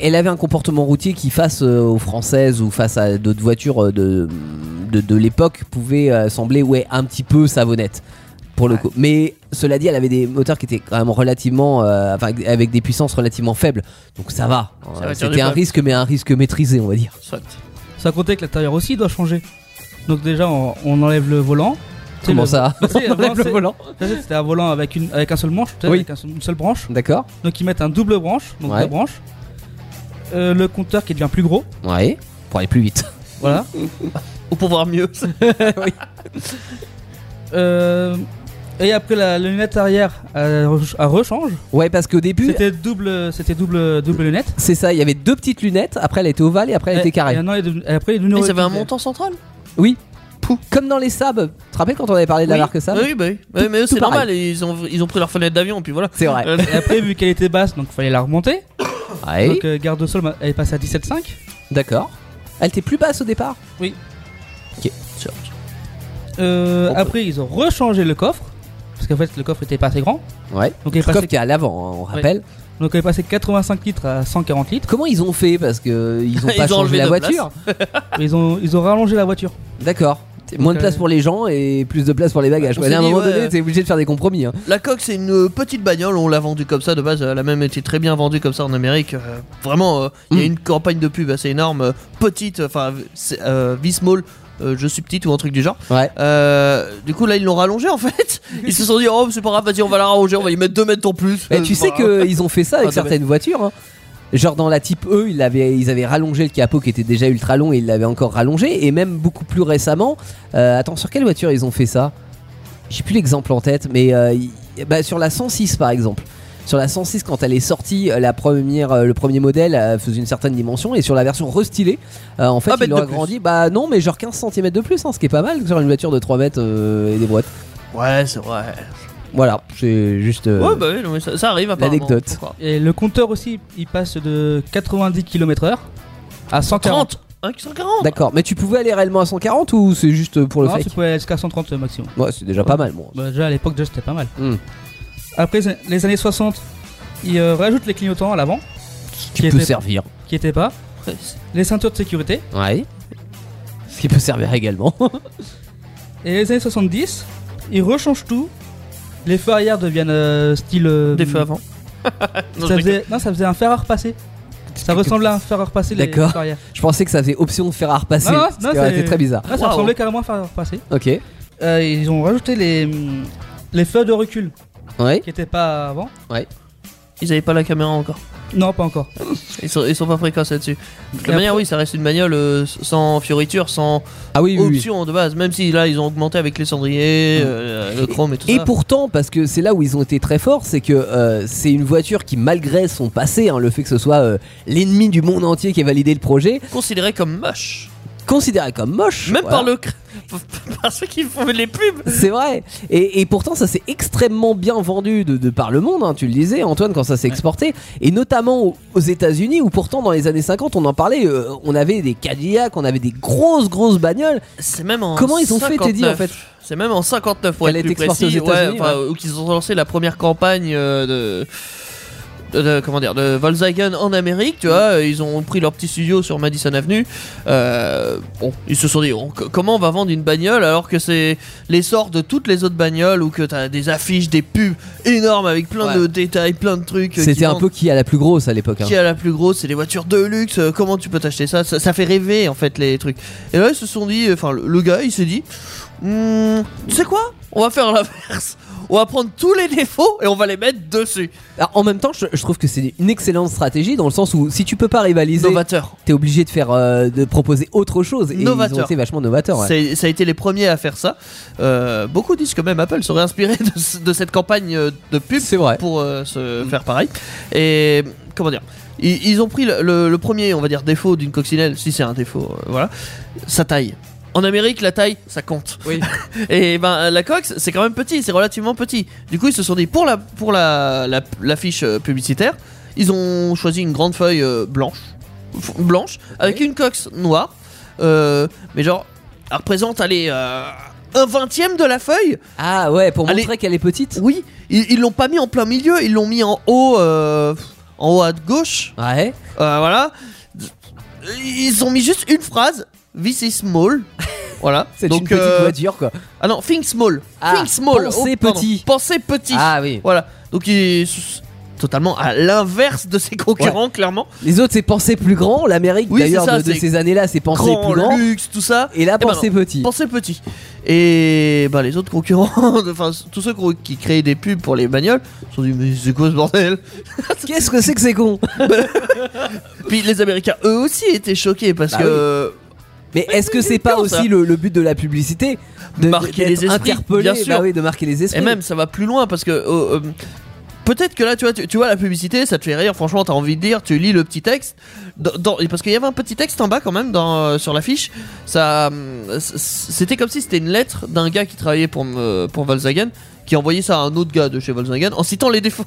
C: elle avait un comportement routier qui, face euh, aux françaises ou face à d'autres voitures euh, de, de, de l'époque, pouvait euh, sembler, ouais, un petit peu savonnette. Pour le coup. Mais cela dit, elle avait des moteurs qui étaient quand même relativement. euh, enfin, avec des puissances relativement faibles. Donc ça va.
E: Ça
C: Euh,
E: va tirer du
C: C'était un
E: peuple.
C: risque, mais un risque maîtrisé, on va dire.
E: Soit.
D: Ça comptait que l'intérieur aussi doit changer. Donc déjà, on, on enlève le volant. Tu sais,
C: Comment
D: le-
C: ça
D: Bah, c'est-
C: On enlève le
D: c'est-
C: volant.
D: tu sais, C'était un volant avec, une, avec un seul manche, tu sais,
C: Oui.
D: avec un seul- une seule branche.
C: D'accord
D: Donc ils mettent un double branche, donc
C: Ouais.
D: deux branches. Euh, le compteur qui devient plus gros,
C: Ouais. Pour aller plus vite.
D: voilà.
E: Ou pour voir mieux.
D: Euh, et après la, la lunette arrière, elle, re- elle rechange.
C: Ouais, parce qu'au début,
D: C'était double, c'était double, double lunette.
C: c'est ça, il y avait deux petites lunettes, après elle était ovale et après elle était
D: Et
C: carrée.
D: maintenant, elle est devenue- et après, elle est devenue
E: Et ça avait un
D: rectangulaire.
E: montant central
C: Oui. Comme dans les Saab. Tu te rappelles quand on avait parlé de la
E: oui.
C: marque Saab
E: Oui, bah oui. Ouais, mais eux,
C: tout
E: c'est
C: pareil.
E: normal, ils ont, ils ont pris leur fenêtre d'avion, puis voilà.
C: C'est vrai.
E: Euh,
D: Et après, vu qu'elle était basse, donc fallait la remonter.
C: Ouais.
D: Donc euh, garde au sol, bah, elle est passée à 17,5.
C: D'accord. Elle était plus basse au départ.
D: Euh,
C: On peut-
D: après, ils ont rechangé le coffre. Parce qu'en fait, le coffre était pas assez grand.
C: Ouais.
D: Donc il est
C: Le coffre
D: passé,
C: qui est à l'avant, hein, on rappelle.
D: donc, il est passé de 85 litres à 140 litres.
C: Comment ils ont fait Parce que ils ont
E: Ils
C: pas
E: ont
C: changé
E: enlevé
C: la
E: de
C: voiture.
D: Ils ont, ils ont rallongé la voiture.
C: D'accord. C'est Moins de
D: Donc,
C: place
D: euh,
C: pour les gens et plus de place pour les bagages.
E: on
C: quoi. À
E: s'est
C: un
E: dit,
C: moment
E: ouais.
C: donné, t'es obligé de faire des compromis. hein.
E: La coque, c'est une euh, petite bagnole, on l'a vendue comme ça de base, elle a même été très bien vendue comme ça en Amérique. euh, vraiment, euh, il y a
C: Mm.
E: une campagne de pub assez énorme, euh, petite, enfin, c'est, euh, V-Small. euh, je suis petite ou un truc du genre.
C: Ouais.
E: Euh, du coup, là, ils l'ont rallongée en fait. Ils se sont dit, oh, c'est pas grave, vas-y, on va la rallonger, on va y mettre 2 mètres en plus.
C: Mais
E: Euh,
C: Eh, tu sais
E: voilà.
C: qu'ils ont fait ça avec
E: Ah,
C: certaines voitures. hein. Genre dans la type E, ils avaient, ils avaient rallongé le capot qui était déjà ultra long et ils l'avaient encore rallongé. Et même beaucoup plus récemment, euh, attends, sur quelle voiture ils ont fait ça J'ai plus l'exemple en tête, mais euh, il- bah, sur la 106 par exemple. Sur la 106, quand elle est sortie, euh, la première, euh, le premier modèle euh, faisait une certaine dimension. Et sur la version restylée, euh, en fait,
E: Un
C: ils
E: mètre
C: l'ont
E: Ah, de plus.
C: agrandi. Bah non, mais genre 15 cm de plus, hein, ce qui est pas mal sur une voiture de 3 mètres euh, et des boîtes.
E: Ouais, c'est vrai.
C: Voilà, c'est juste. euh,
E: Ouais, bah oui, non, mais ça, ça arrive apparemment.
C: l'anecdote.
E: Faut croire.
D: Et le compteur aussi, il passe de 90 km/h à 140.
E: 30 Hein, 140
C: D'accord, mais tu pouvais aller réellement à 140 ou c'est juste pour le
D: Non, tu
C: fake
D: pouvais aller jusqu'à 130 maximum.
C: Ouais, c'est déjà pas mal. Bon.
D: Bah, déjà à l'époque, déjà c'était pas mal.
C: Hmm.
D: Après les années 60, ils euh, rajoutent les clignotants à l'avant,
C: Ce
D: qui
C: qui peut
D: était-
C: servir.
D: qui étaient pas.
E: Ouais,
D: Les ceintures de sécurité.
C: Ouais. Ce qui peut servir également.
D: Et les années 70, ils rechangent tout. Les feux arrière deviennent euh, style. euh,
E: Des feux avant. Non,
D: ça
E: je
D: faisait, non, ça faisait un fer à repasser. Ça ressemblait à un fer à repasser. les
C: D'accord.
D: feux arrière.
C: Je pensais que ça faisait option de faire à repasser.
D: Non, non,
C: ce
D: non,
C: qui aurait
D: c'est-
C: été très bizarre.
D: Là, ça
E: Waouh.
D: ressemblait carrément à un fer à repasser.
C: Ok.
D: Euh, ils ont rajouté les, hum, les feux de recul
C: Ouais.
D: qui n'étaient pas avant.
E: Ils avaient pas la caméra encore.
D: Non, pas encore.
E: Ils sont, ils sont pas précoces là-dessus. De toute
D: Et
E: manière, oui, ça reste une bagnole euh, sans fioriture, sans
C: Ah oui, oui, oui.
E: option de base. Même si là, ils ont augmenté avec les cendriers, euh, le chrome et tout
C: Et
E: ça.
C: pourtant, parce que c'est là où ils ont été très forts, c'est que euh, c'est une voiture qui, malgré son passé, hein, le fait que ce soit euh, l'ennemi du monde entier qui ait validé le projet,
E: Considéré comme moche.
C: considérée comme moche.
E: Même
C: voilà.
E: par le. cr- par ceux qui font les pubs.
C: C'est vrai. Et, et pourtant, ça s'est extrêmement bien vendu de, de par le monde. hein. tu le disais, Antoine, quand ça s'est exporté. Et notamment aux, aux États-Unis, où pourtant, dans les années 50, on en parlait. euh, on avait des Cadillac, on avait des grosses, grosses bagnoles.
E: C'est même en.
C: Comment ils ont fait, Teddy, en
E: 59.
C: fait
E: C'est même en 59, pour
C: Elle
E: être
C: a été
E: plus
C: exportée
E: précis.
C: aux États-Unis,
E: ouais, enfin, Où qu'ils ont lancé la première campagne euh, de. de, de- comment dire, de Volkswagen en Amérique, tu vois, ils ont pris leur petit studio sur Madison Avenue. Euh, bon, ils se sont dit, on- co- comment on va vendre une bagnole alors que c'est l'essor de toutes les autres bagnoles ou que t'as des affiches, des pubs énormes avec plein
C: Ouais.
E: de détails, plein de trucs. euh, qui
C: C'était un
E: vendent.
C: peu qui a la plus grosse à l'époque. hein.
E: Qui a la plus grosse C'est les voitures de luxe. euh, Comment tu peux t'acheter ça, ça Ça fait rêver en fait les trucs. Et là ils se sont dit, enfin le, le gars il s'est dit, Hmm, tu sais quoi On va faire l'inverse. On va prendre tous les défauts et on va les mettre dessus.
C: Alors, Ah, en même temps, je, je trouve que c'est une excellente stratégie dans le sens où si tu peux pas rivaliser,
E: Novateur.
C: t'es obligé de faire euh, de proposer autre chose. Et ils ont
E: Novateur.
C: été vachement novateurs. ouais.
E: C'est- Ça a été les premiers à faire ça. Euh, beaucoup disent que même Apple serait inspiré de, ce- de cette campagne euh, de pub
C: C'est vrai. Mm.
E: pour euh, se faire pareil. Et comment dire ils, ils ont pris le, le- le premier, on va dire, défaut d'une coccinelle, si c'est un défaut, euh, voilà, sa taille. En Amérique, la taille, ça compte.
C: Oui.
E: Et ben euh, la coque, c'est quand même petit, c'est relativement petit. Du coup, ils se sont dit pour la pour la la- l'affiche euh, publicitaire, ils ont choisi une grande feuille euh, blanche, f- blanche, avec une coque noire, euh, mais genre elle représente allez euh, un vingtième de la feuille.
C: Ah ouais, pour
E: Allez.
C: montrer qu'elle est petite.
E: Oui, ils ils l'ont pas mis en plein milieu, ils l'ont mis en haut, euh, en haut à gauche.
C: Ouais.
E: Euh, voilà. Ils ont mis juste une phrase. This is small. voilà.
C: C'est
E: Donc,
C: une petite
E: euh,
C: voiture quoi.
E: Ah non, think small.
C: Ah,
E: think small. Oh,
C: pensez
E: pardon.
C: petit.
E: Pensez petit.
C: Ah oui.
E: Voilà. Donc ils sont totalement à l'inverse de ses concurrents, clairement.
C: Les autres c'est penser plus grand. L'Amérique
E: Oui, c'est
C: d'ailleurs
E: ça,
C: de, de
E: c'est
C: ces années-là c'est penser
E: Grand,
C: plus grand.
E: luxe, tout ça.
C: Et là
E: Eh ben
C: penser petit.
E: Pensez petit. Et bah les autres concurrents, enfin tous ceux qui- qui créaient des pubs pour les bagnoles, se sont dit mais c'est quoi ce bordel
C: Qu'est-ce que c'est que c'est con
E: Puis les Américains eux aussi étaient choqués parce
C: Bah
E: que
C: oui.
E: euh,
C: Mais est-ce que c'est pas
E: bien, ça.
C: aussi le, le but de la publicité de
E: Marquer
C: d'être
E: les esprits,
C: interpeller,
E: bien
C: bah
E: sûr.
C: oui, de marquer les esprits.
E: Et même, ça va plus loin parce que. euh, euh, Peut-être que là, tu vois, tu, tu vois la publicité, ça te fait rire. Franchement, t'as envie de lire, tu lis le petit texte. Dans- dans- parce qu'il y avait un petit texte en bas quand même dans, euh, sur l'affiche. Ça, hum, c- c'était comme si c'était une lettre d'un gars qui travaillait pour, me- pour Volkswagen, qui envoyait ça à un autre gars de chez Volkswagen en citant les défauts.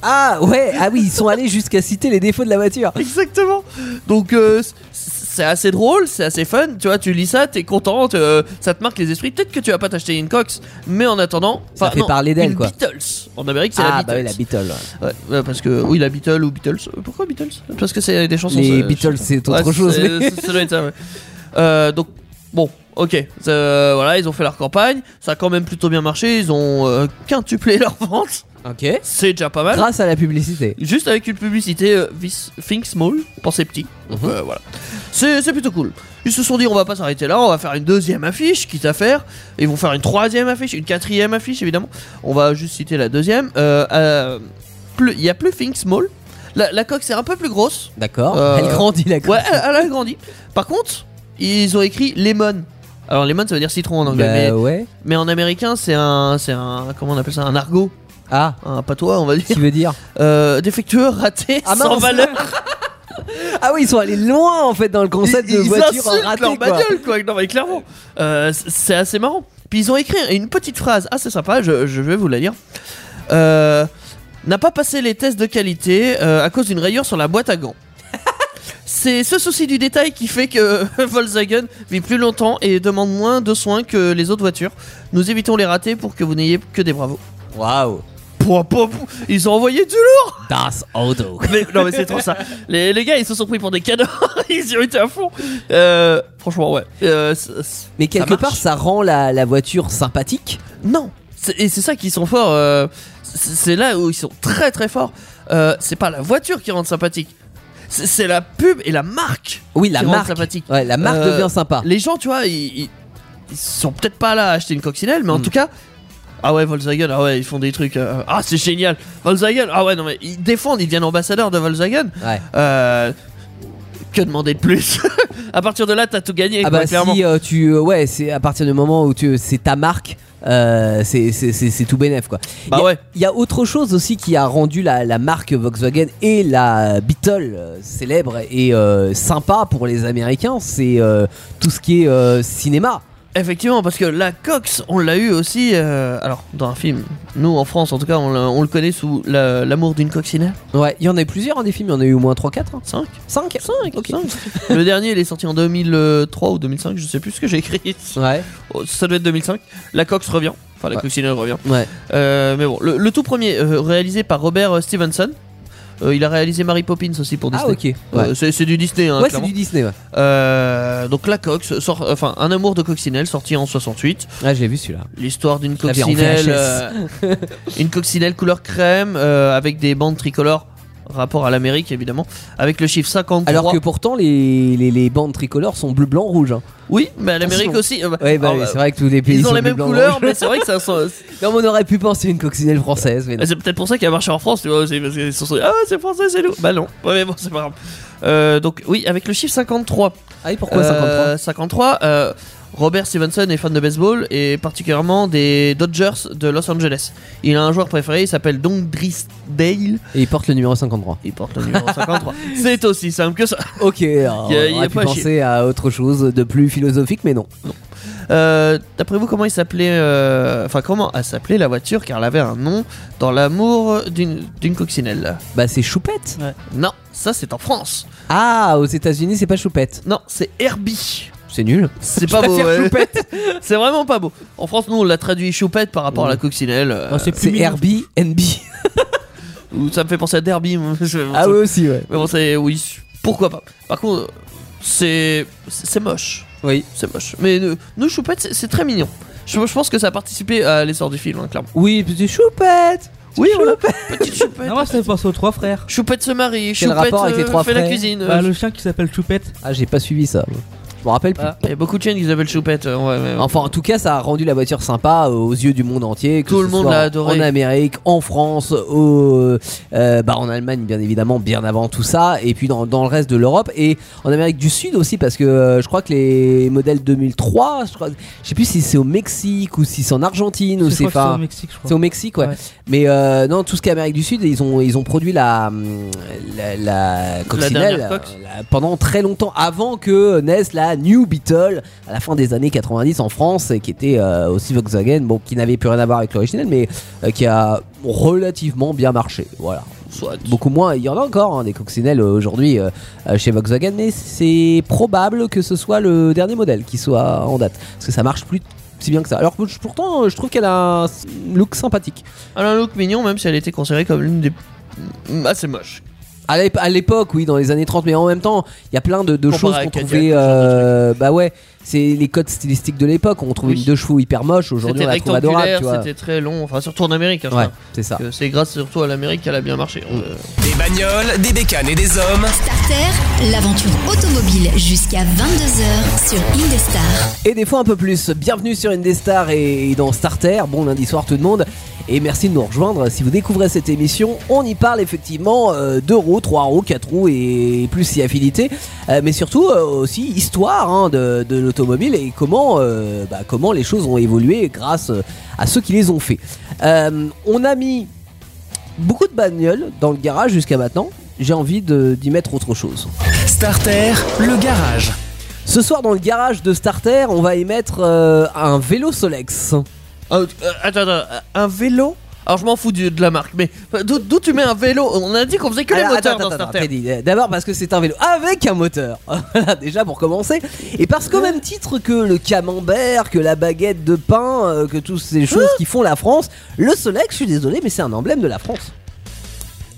C: Ah ouais, ah oui, ils sont allés jusqu'à citer les défauts de la voiture.
E: Exactement. Donc euh, c- c'est assez drôle, c'est assez fun. Tu vois, tu lis ça, t'es contente, euh, ça te marque les esprits. Peut-être que tu vas pas t'acheter une Cox, mais en attendant,
C: Ça
E: enfin,
C: fait
E: non,
C: parler d'elle,
E: une
C: quoi.
E: Beatles. En Amérique, c'est
C: Ah
E: la
C: bah oui,
E: Beatles.
C: la Beatle.
E: Ouais, ouais, parce que oui, la Beatles ou Beatles. Euh, Pourquoi Beatles Parce que c'est des chansons.
C: Les
E: ça-
C: Beatles
E: je-
C: c'est autre
E: Ouais,
C: chose.
E: c'est-
C: mais-
E: ça- ça doit être ça, ouais. Euh, donc bon, ok. Ça, voilà, ils ont fait leur campagne. Ça a quand même plutôt bien marché. Ils ont euh, quintuplé leur vente.
C: Ok.
E: C'est déjà pas mal.
C: Ah. Grâce à la publicité.
E: Juste avec une publicité euh, This- Think Small, pensez petit. Donc,
C: Mhm.
E: euh, voilà. C'est c'est plutôt cool. Ils se sont dit on va pas s'arrêter là, on va faire une deuxième affiche, quitte à faire. Ils vont faire une troisième affiche, une quatrième affiche évidemment. On va juste citer la deuxième. Euh, euh, plus- Il y a plus Think Small. La, la coque c'est un peu plus grosse.
C: D'accord.
E: Euh,
C: Elle grandit la
E: Ouais, elle, elle a grandi. Par contre, ils ont écrit Lemon. Alors Lemon ça veut dire citron en anglais,
C: Bah
E: mais,
C: ouais.
E: mais en américain c'est un, c'est un, comment on appelle ça, un argot,
C: Ah,
E: un patois on va dire.
C: tu veux dire
E: Euh, défectueux, raté,
C: Ah,
E: sans
C: mince.
E: valeur.
C: Ah oui, ils sont allés loin en fait dans le concept
E: ils,
C: de
E: ils
C: voiture
E: insultent
C: ratée. quoi.
E: leur bagnole, quoi. Non, mais clairement, Euh, c- c'est assez marrant. Puis ils ont écrit une petite phrase assez sympa, je, je vais vous la lire. Euh, N'a pas passé les tests de qualité euh, à cause d'une rayure sur la boîte à gants. C'est ce souci du détail qui fait que Volkswagen vit plus longtemps et demande moins de soins que les autres voitures. Nous évitons les ratés pour que vous n'ayez que des bravos.
C: Waouh.
E: Pouah, pouah, pouah. Ils ont envoyé du lourd
C: Das Auto.
E: mais, non mais c'est trop ça. Les, les gars ils se sont pris pour des canards, ils y ont été à fond. Euh, franchement ouais. Euh, c'est- c'est-
C: Mais quelque
E: marche.
C: part, ça rend la, la voiture sympathique.
E: non. C'est- Et c'est ça qu'ils sont forts. euh, c'est c'est là où ils sont très très forts. Euh, c'est pas la voiture qui rend sympathique. C'est c'est la pub et la marque.
C: Oui, la
E: Qui rend
C: marque.
E: sympathique.
C: Ouais, la marque
E: Euh,
C: devient sympa.
E: Les gens tu vois ils, ils- ils sont peut-être pas là à acheter une coccinelle mais en tout cas... Ah ouais Volkswagen, ah ouais ils font des trucs... euh, ah c'est génial. Volkswagen, ah ouais non mais ils défendent, ils deviennent ambassadeurs de Volkswagen.
C: Ouais.
E: Euh, que demander de plus À partir de là, t'as tout gagné.
C: Ah
E: quoi,
C: bah
E: clairement.
C: si euh, tu euh, ouais c'est à partir du moment où tu c'est ta marque euh, c'est c'est- c'est- c'est tout bénef quoi. Il
E: Bah
C: y a-
E: ouais.
C: Il y a autre chose aussi qui a rendu la, la marque Volkswagen et la Beetle euh, célèbre et euh, sympa pour les Américains c'est euh, tout ce qui est euh, cinéma.
E: Effectivement, parce que la Cox, on l'a eu aussi. euh, alors, dans un film, nous en France, en tout cas, on, l'a- on le connaît sous la- l'amour d'une coccinelle.
C: Ouais il y en a eu plusieurs hein, des films il y en a eu au moins 3-4
E: 5
C: 5 5 ok.
E: Cinq. Le dernier, il est sorti en 2003 ou 2005, je sais plus ce que j'ai écrit.
C: Ouais
E: Oh, Ça doit être 2005. La Cox revient. Enfin, la
C: Ouais.
E: coccinelle revient.
C: ouais
E: Euh, mais bon, le, le tout premier, euh, réalisé par Robert euh, Stevenson. Euh, il a réalisé Mary Poppins aussi pour
C: Ah
E: Disney.
C: ok. Ouais,
E: Euh, c'est, c'est du Disney, hein,
C: Ouais, c'est
E: clairement.
C: du Disney. Ouais.
E: Euh, donc la Cox, sort, enfin un amour de coccinelle sorti en 68.
C: Ah j'ai vu celui-là.
E: L'histoire d'une
C: Je l'avais en
E: coccinelle,
C: VHS.
E: euh, une coccinelle couleur crème euh, avec des bandes tricolores, rapport à l'Amérique évidemment, avec le chiffre 53.
C: Alors que pourtant les, les, les bandes tricolores sont bleu blanc rouge. hein.
E: oui, mais à l'Amérique aussi. euh, bah,
C: Ouais bah
E: alors,
C: oui,
E: bah,
C: c'est vrai que tous les pays
E: ils ont
C: sont
E: les
C: bleu,
E: mêmes
C: blanc,
E: couleurs,
C: rouge.
E: mais c'est vrai que ça. ça-
C: Non mais on aurait pu penser une coccinelle française. Mais non.
E: c'est peut-être pour ça qu'il a marché en France, tu vois. C'est, parce qu'ils se sont dit, ah, c'est français, c'est nous. Bah non, ouais, mais bon, c'est pas grave. Euh, donc, oui, avec le chiffre 53.
C: Ah et pourquoi 53
E: Euh, 53, euh, Robert Stevenson est fan de baseball et particulièrement des Dodgers de Los Angeles. Il a un joueur préféré, il s'appelle Dondris Dale.
C: Et il porte le numéro 53.
E: Il porte le numéro 53. C'est aussi simple que ça.
C: Ok, alors,
E: Y a- y
C: on
E: a
C: aurait pu
E: pas à
C: penser à autre chose de plus philosophique, mais non.
E: Euh, D'après vous, comment il s'appelait. euh, Enfin, comment elle s'appelait la voiture Car elle avait un nom dans l'amour d'une d'une coccinelle.
C: Bah c'est Choupette.
E: Non, ça c'est en France.
C: Ah, aux États-Unis c'est pas Choupette.
E: Non, c'est Herbie.
C: C'est nul.
E: C'est pas beau.
C: préfère
E: ouais.
C: Choupette.
E: C'est vraiment pas beau. En France, nous on l'a traduit choupette par rapport à la coccinelle. euh,
D: Ah, c'est plus
C: C'est
D: mignon.
C: Herbie NB.
E: ou ça me fait penser à Derby. moi.
C: Ah oui aussi ouais.
E: Mais bon, c'est. Oui, pourquoi pas. Par contre, c'est. C'est moche.
C: Oui.
E: C'est moche. Mais nous, nous Choupette, c'est- c'est très mignon. Je, je pense que ça a participé à l'essor du film, hein, clairement.
C: Oui, petit Choupette.
E: Oui, voilà.
C: Choupette.
E: Petite Choupette.
D: Non, moi, ça fait penser aux trois frères.
E: Choupette se marie, Choupette
C: rapport avec les
E: euh,
C: trois
E: fait la
C: frères
E: cuisine.
D: Bah, le chien qui s'appelle Choupette.
C: Ah, j'ai pas suivi ça. Je me rappelle plus.
E: Ah, Il y a beaucoup de chaînes qui s'appellent Choupette. euh, ouais, ouais, ouais.
C: Enfin, en tout cas, ça a rendu la voiture sympa euh, aux yeux du monde entier. Que
E: Tout
C: ce
E: le monde
C: soit
E: l'a adoré.
C: En Amérique, en France, au, euh, bah, en Allemagne, bien évidemment, bien avant tout ça. Et puis dans, dans le reste de l'Europe et en Amérique du Sud aussi, parce que euh, je crois que les modèles 2003, je, crois, je sais plus si c'est au Mexique ou si c'est en Argentine ou
D: Je
C: c'est
D: crois que
C: enfin-
D: au Mexique, je crois.
C: C'est au Mexique, ouais.
D: Ouais.
C: Mais euh, non, tout ce qui est Amérique du Sud, ils ont, ils ont produit la, hum, la, la coccinelle
E: dernière coque.
C: euh, la- pendant très longtemps, avant que naisse la New Beetle à la fin des années 90 en France, et qui était euh, aussi Volkswagen, bon, qui n'avait plus rien à voir avec l'original, mais euh, qui a relativement bien marché. Voilà.
E: Soit.
C: Beaucoup moins, il y en a encore hein, des coccinelles euh, aujourd'hui euh, euh, chez Volkswagen, mais c'est probable que ce soit le dernier modèle qui soit en date, parce que ça marche plus si bien que ça. Alors que je- pourtant, euh, je trouve qu'elle a un s- look sympathique.
E: Elle a un look mignon, même si elle était considérée comme l'une des. Mm, Ah, c'est moche.
C: À l'ép- à l'époque, oui, dans les années 30, mais en même temps, il y a plein de, de
E: Comparé
C: choses
E: à
C: qu'on
E: Cadillac,
C: trouvait.
E: ce genre de
C: euh, bah ouais, c'est les codes stylistiques de l'époque. On trouve
E: Oui.
C: une deux chevaux hyper moche. Aujourd'hui,
E: C'était
C: on la trouve adorable, tu
E: rectangulaire,
C: vois.
E: c'était très long. Enfin, surtout en Amérique. hein, je
C: Ouais, Mm.
E: crois.
C: c'est ça.
E: Que C'est grâce surtout à l'Amérique qu'elle a bien marché. Euh,
A: Des bagnoles, des bécanes et des hommes.
B: Starter, l'aventure automobile jusqu'à 22h sur Indestar.
C: Et des fois un peu plus. Bienvenue sur Indestar et dans Starter. Bon lundi soir tout le monde. Et merci de nous rejoindre. Si vous découvrez cette émission, on y parle effectivement euh, deux roues, trois roues, quatre roues et plus si affinités. Euh, mais surtout euh, aussi histoire hein, de, de l'automobile et comment, euh, bah, comment les choses ont évolué grâce euh, à ceux qui les ont fait. Euh, on a mis beaucoup de bagnoles dans le garage jusqu'à maintenant. J'ai envie de- d'y mettre autre chose.
A: Starter, le garage.
C: Ce soir dans le garage de Starter, on va y mettre euh, un vélo Solex.
E: Ah, euh, attends, attends, un vélo Alors je m'en fous du- de la marque, mais euh, d'où d'où tu mets un vélo On a dit qu'on faisait que
C: Alors,
E: les moteurs
C: attends,
E: dans
C: attends,
E: Starter.
C: attends, Teddy, euh, D'abord parce que c'est un vélo avec un moteur. Voilà, déjà pour commencer. Et parce qu'au même titre que le camembert, que la baguette de pain, euh, que toutes ces choses qui font la France, le Solex, je suis désolé, mais c'est un emblème de la France.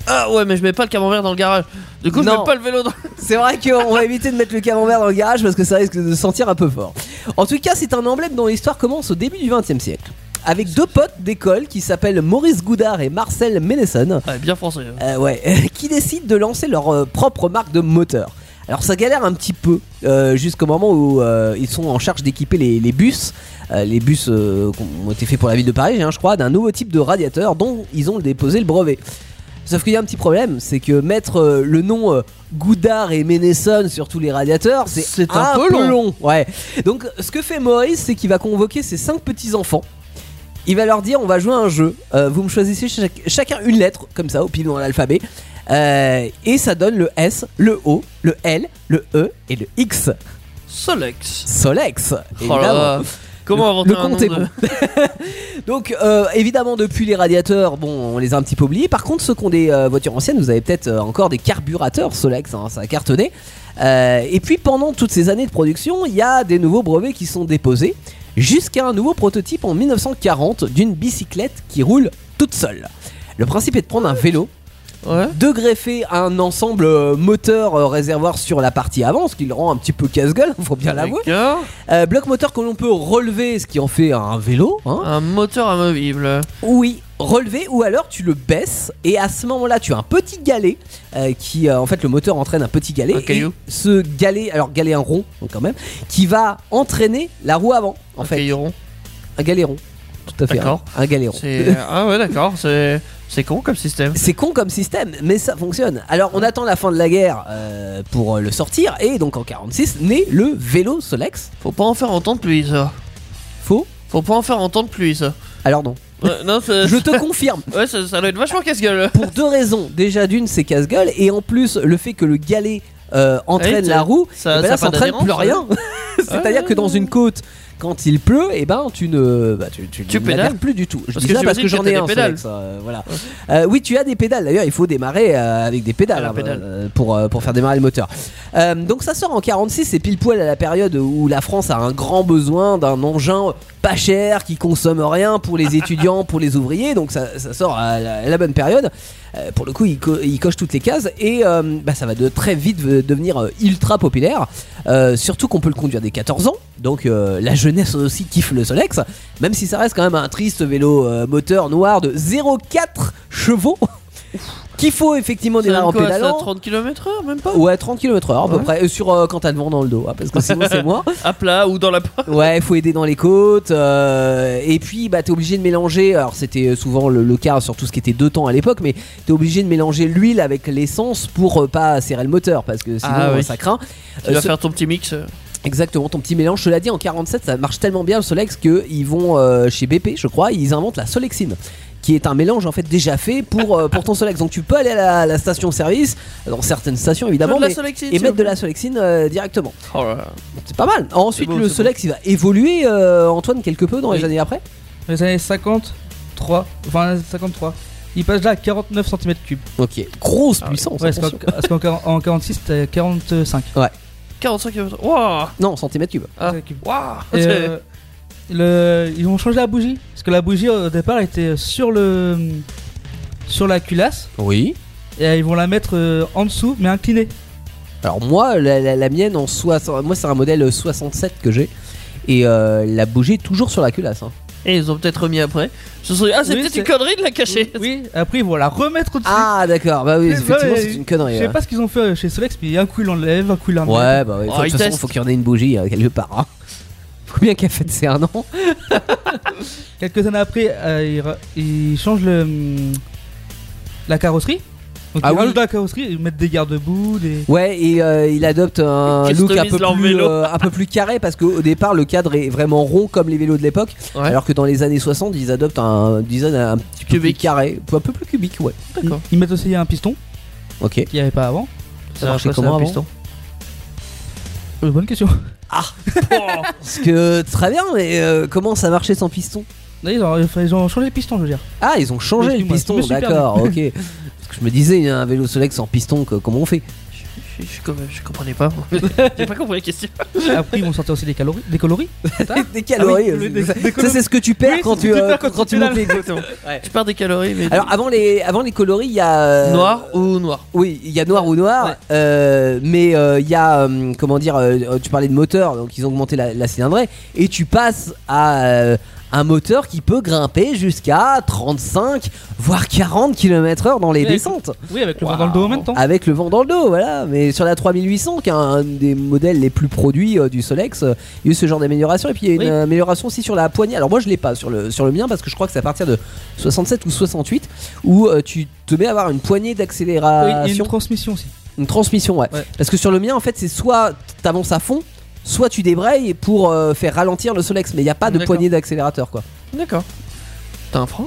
E: Ah ouais, mais je mets pas le camembert dans le garage. Du coup, je
C: Non.
E: mets pas le vélo dans.
C: C'est vrai qu'on va éviter de mettre le camembert dans le garage parce que ça risque de sentir un peu fort. En tout cas, c'est un emblème dont l'histoire commence au début du XXe siècle. Avec deux potes d'école qui s'appellent Maurice Goudard et Marcel Ménesson.
E: Ouais, bien français. hein.
C: Euh, ouais, qui décident de lancer leur euh, propre marque de moteur. Alors ça galère un petit peu euh, jusqu'au moment où euh, ils sont en charge d'équiper les, les bus, euh, les bus euh, qui ont été faits pour la ville de Paris, hein, je crois, d'un nouveau type de radiateur dont ils ont déposé le brevet. Sauf qu'il y a un petit problème, c'est que mettre euh, le nom euh, Goudard et Ménesson sur tous les radiateurs, c'est
E: C'est un peu long.
C: Ouais. Donc ce que fait Maurice, c'est qu'il va convoquer ses cinq petits enfants. Il va leur dire on va jouer à un jeu. Euh, vous me choisissez chaque- chacun une lettre, comme ça, au pile dans l'alphabet. Euh, et ça donne le S, le O, le L, le E et le X.
E: Solex.
C: Solex.
E: Oh là
C: évidemment.
E: là. Comment inventer
C: le
E: un
C: compte
E: nom
C: est
E: de-
C: bon. Donc euh, évidemment depuis les radiateurs, bon on les a un petit peu oubliés. Par contre ceux qui ont des euh, voitures anciennes, vous avez peut-être euh, encore des carburateurs Solex, hein, ça a cartonné. Euh, et puis pendant toutes ces années de production, il y a des nouveaux brevets qui sont déposés jusqu'à un nouveau prototype en 1940 d'une bicyclette qui roule toute seule. Le principe est de prendre un vélo
E: Ouais.
C: de greffer un ensemble euh, moteur euh, réservoir sur la partie avant, ce qui le rend un petit peu casse-gueule, faut bien l'avouer.
E: D'accord.
C: Euh, bloc moteur que l'on peut relever, ce qui en fait un vélo. Hein.
E: Un moteur amovible.
C: Oui, relever ou alors tu le baisses et à ce moment-là tu as un petit galet euh, qui euh, en fait le moteur entraîne un petit galet
E: Un
C: et
E: caillou.
C: ce galet alors galet un rond donc quand même qui va entraîner la roue avant en
E: Un
C: fait
E: cailleron.
C: un galet rond tout à fait
E: D'accord.
C: hein, un galet rond.
E: C'est ah ouais d'accord. C'est c'est con comme système.
C: C'est con comme système, mais ça fonctionne. Alors on attend la fin de la guerre euh, pour euh, le sortir, et donc en 46 naît le vélo Solex.
E: Faut pas en faire entendre lui ça.
C: Faux
E: Faut pas en faire entendre plus ça.
C: Alors non.
E: Ouais, non c'est-
C: Je te confirme.
E: Ouais ça, ça doit être vachement casse-gueule.
C: Pour deux raisons. Déjà d'une, c'est casse-gueule, et en plus le fait que le galet euh, entraîne
E: Ah Oui,
C: la roue,
E: ça-
C: eh ben
E: ça
C: là,
E: a pas
C: entraîne
E: d'adhérence,
C: plus rien.
E: Ouais,
C: C'est-à-dire
E: ouais,
C: que dans
E: ouais.
C: une côte, quand il pleut, et ben tu ne, bah, tu, tu,
E: Tu
C: ne
E: pédales.
C: l'adhères plus du tout. Je
E: Parce
C: dis
E: que
C: ça parce
E: j'imagine
C: que j'en
E: que
C: ai
E: t'as
C: un.
E: des pédales.
C: Solex, euh, voilà. Euh, oui, tu as des pédales. D'ailleurs, il faut démarrer euh, avec des pédales
E: À la
C: hein,
E: pédale.
C: euh, pour euh, pour faire démarrer le moteur. Euh, donc ça sort en 46, c'est pile poil à la période où la France a un grand besoin d'un engin pas cher qui consomme rien pour les étudiants, pour les ouvriers. Donc ça, ça sort à la, à la bonne période. Euh, pour le coup, il, co- il coche toutes les cases et euh, bah, ça va de très vite euh, devenir euh, ultra populaire. Euh, surtout qu'on peut le conduire dès 14 ans. Donc euh, la jeunesse aussi kiffe le Solex, même si ça reste quand même un triste vélo euh, moteur noir de 0,4 chevaux qu'il faut effectivement
E: Ça donne
C: démarrer en
E: quoi, ça,
C: pédalant.
E: 30 km/h même pas.
C: Ouais, 30 km/h à peu
E: Ouais.
C: près, euh, sur euh, quand t'as le vent dans le dos, hein, parce que sinon c'est moins.
E: À plat ou dans la porte.
C: Ouais, faut aider dans les côtes. euh, et puis, bah, t'es obligé de mélanger. Alors, c'était euh, souvent le, le cas sur tout ce qui était deux temps à l'époque, mais t'es obligé de mélanger l'huile avec l'essence pour euh, pas serrer le moteur, parce que sinon
E: Ah
C: euh,
E: oui.
C: ça craint.
E: Tu
C: Euh,
E: vas
C: ce-
E: faire ton petit mix. euh.
C: Exactement, ton petit mélange. Cela dit, en 47, ça marche tellement bien le Solex que ils vont euh, chez BP, je crois, ils inventent la Solexine, qui est un mélange en fait déjà fait pour, euh, pour ton Solex. Donc tu peux aller à la, la station-service, dans certaines stations évidemment,
E: Je veux de la
C: mais-
E: Solexine,
C: et
E: s'il
C: mettre
E: vous
C: de
E: plaît.
C: la Solexine euh, directement.
E: Oh là là.
C: C'est pas mal. Ensuite,
E: C'est beau,
C: le
E: c'est
C: Solex, il va évoluer, euh, Antoine, quelque peu dans les
D: Oui.
C: années après.
D: Dans les années 53, enfin 53, il passe là à 49 cm3.
C: Ok. Grosse
E: Ah ouais.
C: puissance.
D: Ouais, parce qu'en-
C: attention.
D: parce qu'en quar- en 46, c'était 45.
E: 45 km. Waouh.
C: Non, centimètre cube.
E: Ah.
D: Cm3.
E: Waouh.
D: Et,
E: C'est-
D: euh, le- ils ont changé la bougie. Parce que la bougie au départ était sur le sur la culasse.
C: Oui.
D: Et euh, ils vont la mettre euh, en dessous, mais inclinée.
C: Alors moi, la, la- la mienne en 60, moi c'est un modèle 67 que j'ai. Et euh, la bougie est toujours sur la culasse. hein.
E: Et ils ont peut-être remis après. Je serais... Ah, c'est
D: Oui,
E: peut-être
D: c'est-
E: une connerie de la cacher.
D: Oui, après ils vont la remettre au-dessus.
C: Ah d'accord, bah oui,
D: Mais
C: effectivement
D: ouais,
C: c'est une connerie.
D: Je sais
C: ouais.
D: pas ce qu'ils ont fait chez Solex, mais un coup ils l'enlèvent, un coup ils l'enlèvent.
C: Ouais, bah oui.
E: Oh,
C: faut- de
E: il
C: toute façon,
E: teste.
C: faut qu'il y en ait une bougie euh, quelque part. hein. Faut bien qu'elle fête ses un an.
D: Quelques années après, euh, ils, ra- ils changent le, hum, la carrosserie. Donc
C: Ah
D: ils
C: oui.
D: rajoutent la carrosserie, ils mettent des garde-boue, des.
C: Ouais, et euh, il adopte un
E: Il
C: look un peu,
E: customise leur
C: plus,
E: vélo.
C: euh, un peu plus carré parce qu'au départ le cadre est vraiment rond comme les vélos de l'époque,
E: Ouais.
C: alors que dans les années 60 ils adoptent un design un petit peu plus
E: Cubique.
C: carré, un peu plus cubique, ouais.
E: D'accord.
D: Ils mettent aussi un piston
C: Ok.
D: qu'il n'y avait pas avant.
C: Ça marchait comment avant
D: Euh, bonne question.
C: Parce que très bien, mais euh, comment ça marchait sans piston
D: Là, ils, ont, ils ont changé le piston, je veux dire.
C: Ah, ils ont changé le
D: Excuse-moi,
C: piston,
D: je me suis
C: d'accord, ok. Parce que je me disais, un vélo Solex sans piston, que- comment on fait
E: je, je- je com- je comprenais pas. J'ai pas compris la question.
D: Après, ils vont sortir aussi des calories. Des coloris.
C: Des calories.
D: Ah oui,
C: euh,
D: des-
C: ça-
D: des
C: ça, c'est ce que tu perds
D: Oui,
C: quand
D: c'est
C: tu,
D: ce que tu
C: euh,
D: perds
C: quand,
D: quand
C: tu
D: tu
C: montes les-
E: Je perds des calories, mais.
C: Alors avant les avant les coloris, il y a euh,
E: noir ou noir
C: Oui, il y a noir ou noir,
E: Ouais.
C: euh, mais euh, il y a euh, comment dire euh, Tu parlais de moteur, donc ils ont augmenté la, la cylindrée et tu passes à euh, un moteur qui peut grimper jusqu'à 35 voire 40 km/h dans les
D: Ouais.
C: descentes
D: Oui, avec le vent
E: Waouh.
D: dans le dos en même temps.
C: avec le vent dans le dos, voilà. Mais sur la 3800, qui est un des modèles les plus produits euh, du Solex, euh, il y a eu ce genre d'amélioration. Et puis il y a une
D: Oui.
C: euh, amélioration aussi sur la poignée. Alors moi je l'ai pas sur le, sur le mien parce que je crois que c'est à partir de 67 ou 68 où euh, tu te mets à avoir une poignée Ah,
D: Oui, il y a
C: d'accélération,
D: une transmission aussi.
C: une transmission, ouais.
D: Ouais.
C: Parce que sur le mien en fait c'est soit t'avances à fond, soit tu débrayes pour euh, faire ralentir le Solex. Mais il n'y a pas de
E: D'accord.
C: poignée d'accélérateur quoi.
E: D'accord. T'as un frein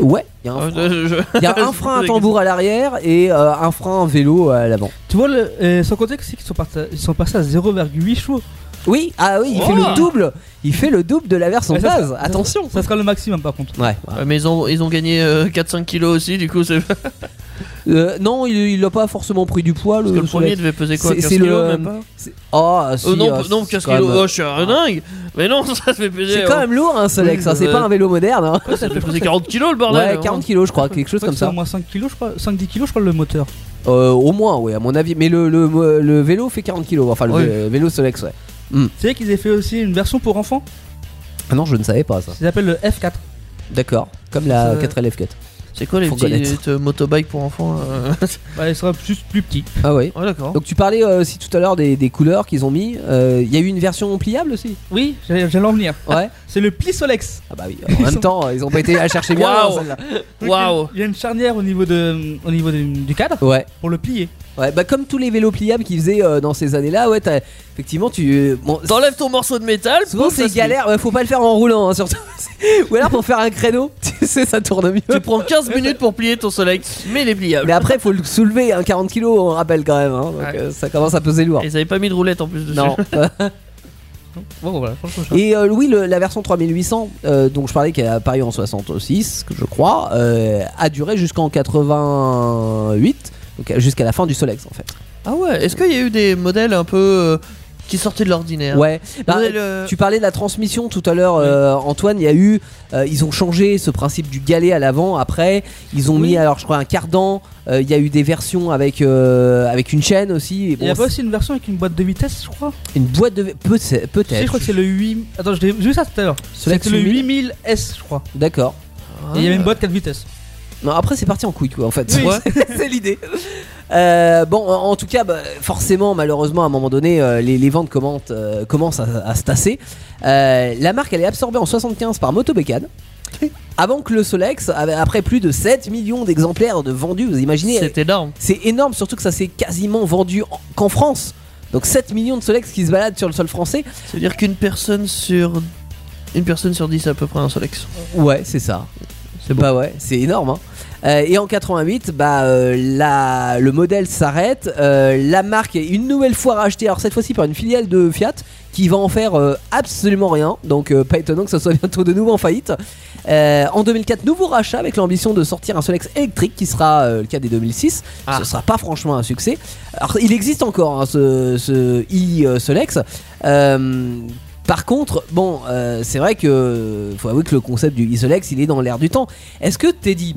C: Ouais, il y a un
E: Ah,
C: frein.
E: je- je-
C: Il y a
E: je
C: un
E: me
C: frein à
E: posais
C: tambour à l'arrière et euh, un frein vélo à l'avant.
D: Tu vois, le, euh, sans compter que c'est qu'ils sont, partis- ils sont passés à 0,8 chevaux.
C: Oui, ah oui, il fait
E: Oh.
C: le double. Il fait le double de la version
D: Ouais, ça,
C: base. Attention.
D: Ça sera le maximum par contre.
C: Ouais.
E: la question. Ouais, mais ils ont, ils ont gagné euh, 4-5 kilos aussi, du coup, c'est.
C: Euh, non, il, il a pas forcément pris du poids.
E: Parce que le premier
C: squelette.
E: devait peser quoi
C: Euh, C'est-
E: 15
C: c'est le,
E: kilos,
C: euh,
E: même pas
C: C'est- Ah, si,
E: Euh, Non,
C: ah,
E: non,
C: c'est
E: 15
C: quand
E: kilos,
C: même- euh,
E: oh, je suis un dingue Mais non, ça fait peser... oh.
C: C'est quand même lourd un Solex, hein, c'est
E: Euh, hein.
C: pas un vélo moderne. hein.
E: Ouais, ça fait peser 40 kilos le bordel
C: Ouais, 40 kilos je crois, quelque chose
D: Je crois
C: comme
D: que c'est
C: ça.
D: au moins 5 kilos, je crois. 5-10 kilos, je crois, le moteur.
C: Euh, au moins, oui, à mon avis. Mais le, le, le vélo fait 40 kilos, enfin le
E: Oui.
C: vé- vélo Solex, ouais.
D: C'est vrai qu'ils avaient fait aussi une version pour enfants.
C: Ah non, je ne savais pas ça.
D: Ça s'appelle le F4.
C: D'accord, comme la
E: Ça-
C: 4LF4.
E: C'est quoi les
C: Faut
E: petites
C: connaître.
E: euh, motobikes pour enfants euh
D: Bah, il sera plus, plus petit.
C: Ah oui.
E: Ouais, d'accord.
C: Donc tu parlais euh, aussi tout à l'heure des, des couleurs qu'ils ont mis. Euh, Il y a eu une version pliable aussi.
D: Oui, j'allais j'allais en venir.
C: Ouais.
D: C'est le pli Solex.
C: Ah bah oui. En
D: Ils
C: même
D: sont-
C: temps, ils ont pas été à chercher bien
E: Waouh.
C: hein, celle-là.
E: Waouh
D: Il y a une charnière au niveau, de, au niveau de- du cadre
C: Ouais.
D: pour le plier.
C: Ouais. Bah comme tous les vélos pliables qu'ils faisaient euh, dans ces années-là, ouais. t'as- Effectivement, tu. Bon,
E: T'enlèves ton morceau de métal,
C: souvent
E: pouf, ça
C: c'est
E: se
C: galère. Ouais, faut pas le faire en roulant, hein, surtout. Ou alors pour faire un créneau, tu sais, ça tourne
E: plie.
C: mieux.
E: Tu prends 15 minutes pour plier ton Solex, mais il est pliable.
C: Mais après, faut le soulever. Hein, 40 kilos, on rappelle quand même. hein, donc,
E: Ouais.
C: euh, ça commence à peser lourd.
E: Et ils avaient pas mis de roulette en plus dessus.
C: Non.
D: Bon, voilà, franchement, je-
C: Et euh, oui, le- la version 3800, euh, dont je parlais, qui a apparu en 66, que je crois, euh, a duré jusqu'en 88, donc euh, jusqu'à la fin du Solex en fait.
E: Ah ouais, est-ce qu'il y a eu des modèles un peu euh, qui sortaient de l'ordinaire
C: Ouais. Bah,
E: Modèle, euh,
C: tu parlais de la transmission tout à l'heure, euh, Antoine. Il y a eu, euh, ils ont changé ce principe du galet à l'avant. Après, ils ont
D: Oui.
C: mis, alors je crois, un cardan. Euh, Il y a eu des versions avec euh, avec une chaîne aussi. Et
D: Il y a
C: bon,
D: pas aussi une version avec une boîte de vitesse, je crois.
C: c'est une boîte de peut- peut-être.
D: Tu sais, je crois que c'est le 8. Attends, j'ai j'ai vu ça tout à l'heure.
C: Solex
D: C'était le
C: 8000.
D: 8000S, je crois.
C: D'accord.
E: ah.
D: Et il y avait une boîte 4 vitesses.
C: Non, après c'est parti en couille quoi en fait.
E: Oui.
C: C'est- c'est l'idée. Euh, bon, en en tout cas, bah, forcément, malheureusement, à un moment donné, euh, les, les ventes commentent, euh, commencent à, à se tasser. Euh, la marque, elle est absorbée en 75 par Motobécane. Avant que le Solex, avait- après plus de 7 millions d'exemplaires de vendus, vous imaginez,
E: C'est énorme.
C: c'est énorme, surtout que ça s'est quasiment vendu en- qu'en France. Donc 7 millions de Solex qui se baladent sur le sol français.
E: C'est-à-dire qu'une personne sur. Une personne sur 10 à peu près un Solex.
C: Ouais, c'est ça.
E: C'est bon.
C: Bah ouais, c'est énorme. hein. Euh, et en 88, bah, euh, la- le modèle s'arrête. Euh, la marque est une nouvelle fois rachetée, alors cette fois-ci par une filiale de Fiat qui va en faire euh, absolument rien. Donc euh, pas étonnant que ça soit bientôt de nouveau en faillite. Euh, en 2004, nouveau rachat avec l'ambition de sortir un Solex électrique qui sera euh, le cas des 2006.
E: Ah.
C: Ce sera pas franchement un succès. Alors il existe encore hein, ce, ce i euh, Solex. Euh, par contre, bon, euh, c'est vrai que faut avouer que le concept du Isolex, il est dans l'air du temps. Est-ce que Teddy,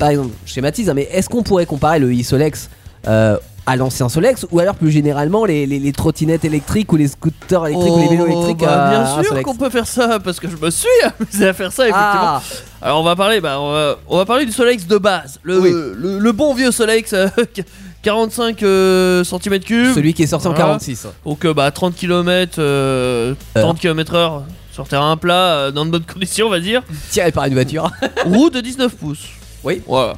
C: par exemple, je schématise, hein, mais est-ce qu'on pourrait comparer le Isolex euh, à l'ancien Solex ou alors plus généralement les, les- les trottinettes électriques ou les scooters électriques ou les vélos
E: Oh,
C: électriques
E: bah,
C: à- à un
E: Bien sûr
C: Solex
E: qu'on peut faire ça parce que je me suis amusé à faire ça effectivement.
C: Ah,
E: Alors on va parler, bah, on, va, on va parler du Solex de base, le,
C: Oui.
E: le, le bon vieux Solex euh, 45 euh, cm3,
C: celui qui est sorti en
E: Voilà.
C: 46.
E: donc euh, bah, 30 km, euh, 30 km heure sur terrain plat, euh, dans de bonnes conditions on va dire,
C: Tiré par une voiture.
E: roue de 19 pouces.
C: Oui.
E: Voilà.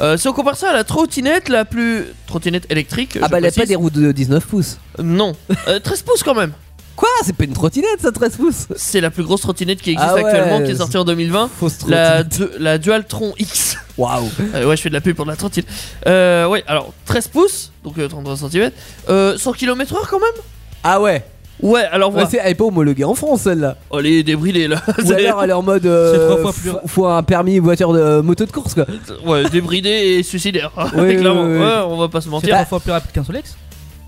E: Euh, si on compare ça à la trottinette la plus... Trottinette électrique
C: ah
E: je
C: bah, elle a pas
E: précise.
C: des roues de 19 pouces.
E: Non. Euh, 13 pouces quand même.
C: Quoi C'est pas une trottinette ça, 13 pouces
E: C'est la plus grosse trottinette qui existe
C: Ah ouais.
E: actuellement, qui est sortie en 2020.
C: Fausse
E: La,
C: trottinette.
E: du- la Dualtron X.
C: Waouh.
E: Euh, ouais, je fais de la pub pour de la trottinette. Euh, ouais, alors 13 pouces, donc euh, 33 cm. Euh, 100 km/h quand même
C: Ah ouais,
E: Ouais, alors
C: Ouais,
E: voilà.
C: c'est- elle est pas homologuée en France celle-là.
E: oh, les débridés là.
C: Ou alors elle est en mode euh,
D: C'est trois fois plus
C: faut- faut un permis voiture de euh, moto de course quoi.
E: ouais, débridés et suicidaires.
C: oui,
E: clairement.
C: oui, oui.
E: Ouais, on va pas se
D: C'est
E: mentir.
D: 3 fois plus rapide qu'un Solex.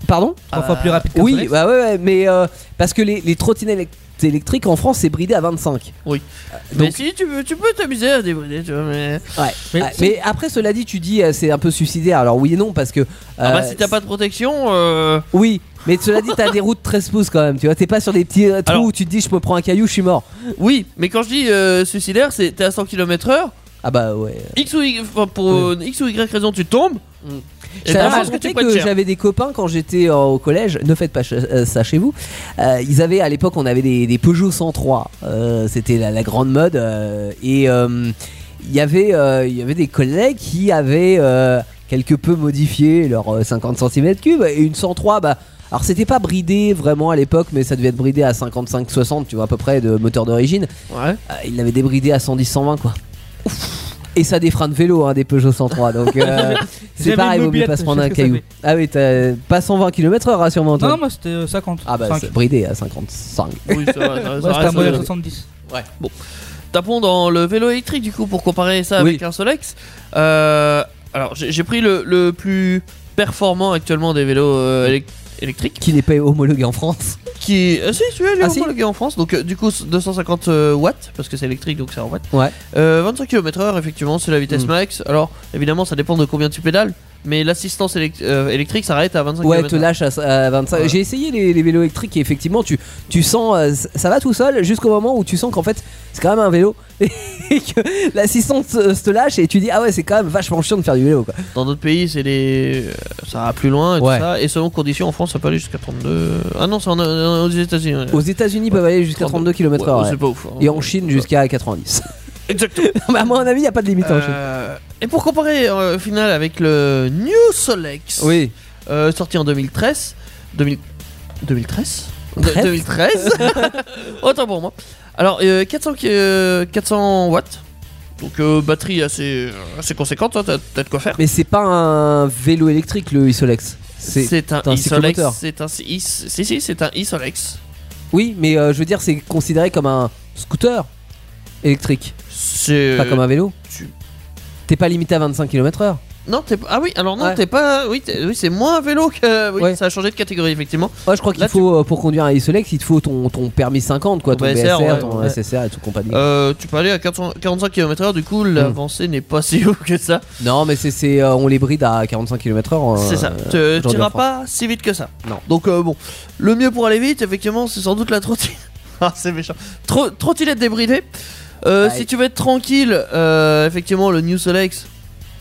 C: Pardon
D: 3 fois plus rapide qu'un
C: Oui,
D: Solex.
C: bah ouais, ouais, mais euh, parce que les, les trottinettes élect- électriques en France c'est bridé à 25.
E: Oui.
C: Euh,
E: Mais
C: donc- Euh,
E: si, tu, peux- tu peux t'amuser à débrider, tu vois. Mais...
C: ouais.
D: Mais
C: Ouais, mais après cela dit, tu dis euh, c'est un peu suicidaire. Alors oui et non parce que
E: Ah bah,
C: euh,
E: si t'as pas de protection, euh,
C: oui, mais cela dit t'as des routes 13 pouces quand même. Tu vois, t'es pas sur des petits euh, trous
E: Alors-
C: où tu te dis je me prends un caillou, je suis mort.
E: oui, mais quand je dis euh, suicidaire, c'est t'es à 100 km/h.
C: Ah bah ouais.
E: X ou y, enfin, pour une X ou Y raison, tu tombes.
C: Mm.
E: Et
C: Je
E: t'as
C: t'avais
E: la chance que
C: raconté
E: tu
C: que,
E: pas te
C: j'avais des copains quand j'étais euh, au collège. Ne faites pas ch- euh, ça chez vous. Euh, ils avaient à l'époque, on avait des, des Peugeot 103. Euh, C'était la, la grande mode. euh, et euh, il y avait, euh, il y avait des collègues qui avaient euh, quelque peu modifié leur euh, 50 cm3 et une 103. Bah, alors c'était pas bridé vraiment à l'époque, mais ça devait être bridé à 55-60, tu vois à peu près de moteur d'origine.
E: Ouais.
C: Euh, ils l'avaient débridé à 110-120 quoi. Et ça a des freins de vélo, hein, des Peugeot 103. Donc euh, c'est
D: J'avais
C: pareil,
D: une
C: vaut mieux
D: mobilette,
C: pas
D: je
C: se prendre
D: sais
C: un
D: ce que ça
C: caillou.
D: fait.
C: Ah oui, t'as pas 120 km/h sûrement
D: Non,
C: toi.
D: non, moi c'était euh, 50.
C: ah bah
D: Cinq.
C: c'est bridé à 55.
E: Oui, ça va, ça va, ça
D: Moi c'était un
E: reste,
D: modèle
E: euh,
D: 70.
E: Tapons dans le vélo électrique du coup pour comparer ça
C: Oui.
E: avec un Solex. Euh, Alors, j'ai j'ai pris le, le plus performant actuellement des vélos euh, élec- électriques.
C: Qui n'est pas homologué en France.
E: Qui. Ah, si, celui-là, il est
C: Ah, si
E: homologué en France. Donc, euh, du coup, 250 euh, watts, parce que c'est électrique, donc c'est en watts.
C: Ouais.
E: Euh, 25 km/h, effectivement, c'est la vitesse
C: Mm.
E: max. Alors, évidemment, ça dépend de combien tu pédales. Mais l'assistance élect- euh, électrique s'arrête à 25
C: Ouais,
E: km/h.
C: te lâche à, à 25.
E: Ouais.
C: J'ai essayé les, les vélos électriques et effectivement, tu, tu sens, euh, c- ça va tout seul jusqu'au moment où tu sens qu'en fait, c'est quand même un vélo et que l'assistante euh, se te lâche et tu dis, ah ouais, c'est quand même vachement chiant de faire du vélo quoi.
E: Dans d'autres pays, c'est les... euh, ça va plus loin et
C: Ouais.
E: tout ça. Et selon conditions, en France, ça peut aller jusqu'à 32. Ah non, c'est en- en- aux États-Unis. ouais.
C: Aux États-Unis, ils peuvent aller jusqu'à 32 km/h.
E: Ouais,
C: ouais.
E: C'est pas ouf. hein.
C: Et en Chine, jusqu'à 90.
E: Exactement.
C: bah, à mon avis, il n'y a pas de limite en Chine.
E: Euh, et pour comparer euh, au final avec le New Solex,
C: Oui.
E: euh, sorti en 2013. 2000 2013 De-
C: 13?
E: 2013 Autant pour moi. Alors, euh, 400, qui- euh, 400 watts. Donc, euh, batterie assez, assez conséquente, hein, t'as t'as de quoi faire.
C: Mais c'est pas un vélo électrique le Isolex. C'est
E: C'est un,
C: un
E: Isolex.
C: cyclomoteur.
E: C'est un is- si, si, c'est un Isolex.
C: oui, mais euh, je veux dire c'est considéré comme un scooter électrique,
E: C'est
C: pas comme un vélo.
E: Euh, tu-
C: T'es pas limité à 25 km/h.
E: Non, t'es pas- Ah oui, alors non,
C: Ouais.
E: t'es pas. Oui, t'es- oui c'est moins un vélo que. Oui,
C: Ouais.
E: ça a changé de catégorie, effectivement.
C: Ouais, je crois qu'il
E: Là, tu-
C: faut euh, pour conduire un Isolex, il te faut ton, ton permis 50 quoi,
E: Ton
C: ton
E: BSR,
C: BSR,
E: ouais,
C: ton
E: ouais.
C: SSR et tout compagnie.
E: Euh, tu peux aller à 400 45 km/h, du
C: Hmm.
E: coup, l'avancée n'est pas si haut que ça.
C: Non, mais c'est c'est, euh, on les bride à 45 km/h. euh,
E: c'est ça.
C: aujourd'hui
E: Tu n'iras
C: en France.
E: pas si vite que ça.
C: Non.
E: Donc, euh, bon, le mieux pour aller vite, effectivement, c'est sans doute la trottine. ah, c'est méchant. Tro- trottinette débridée. Euh,
C: Ouais.
E: Si tu veux être tranquille, euh, effectivement, le New Solex,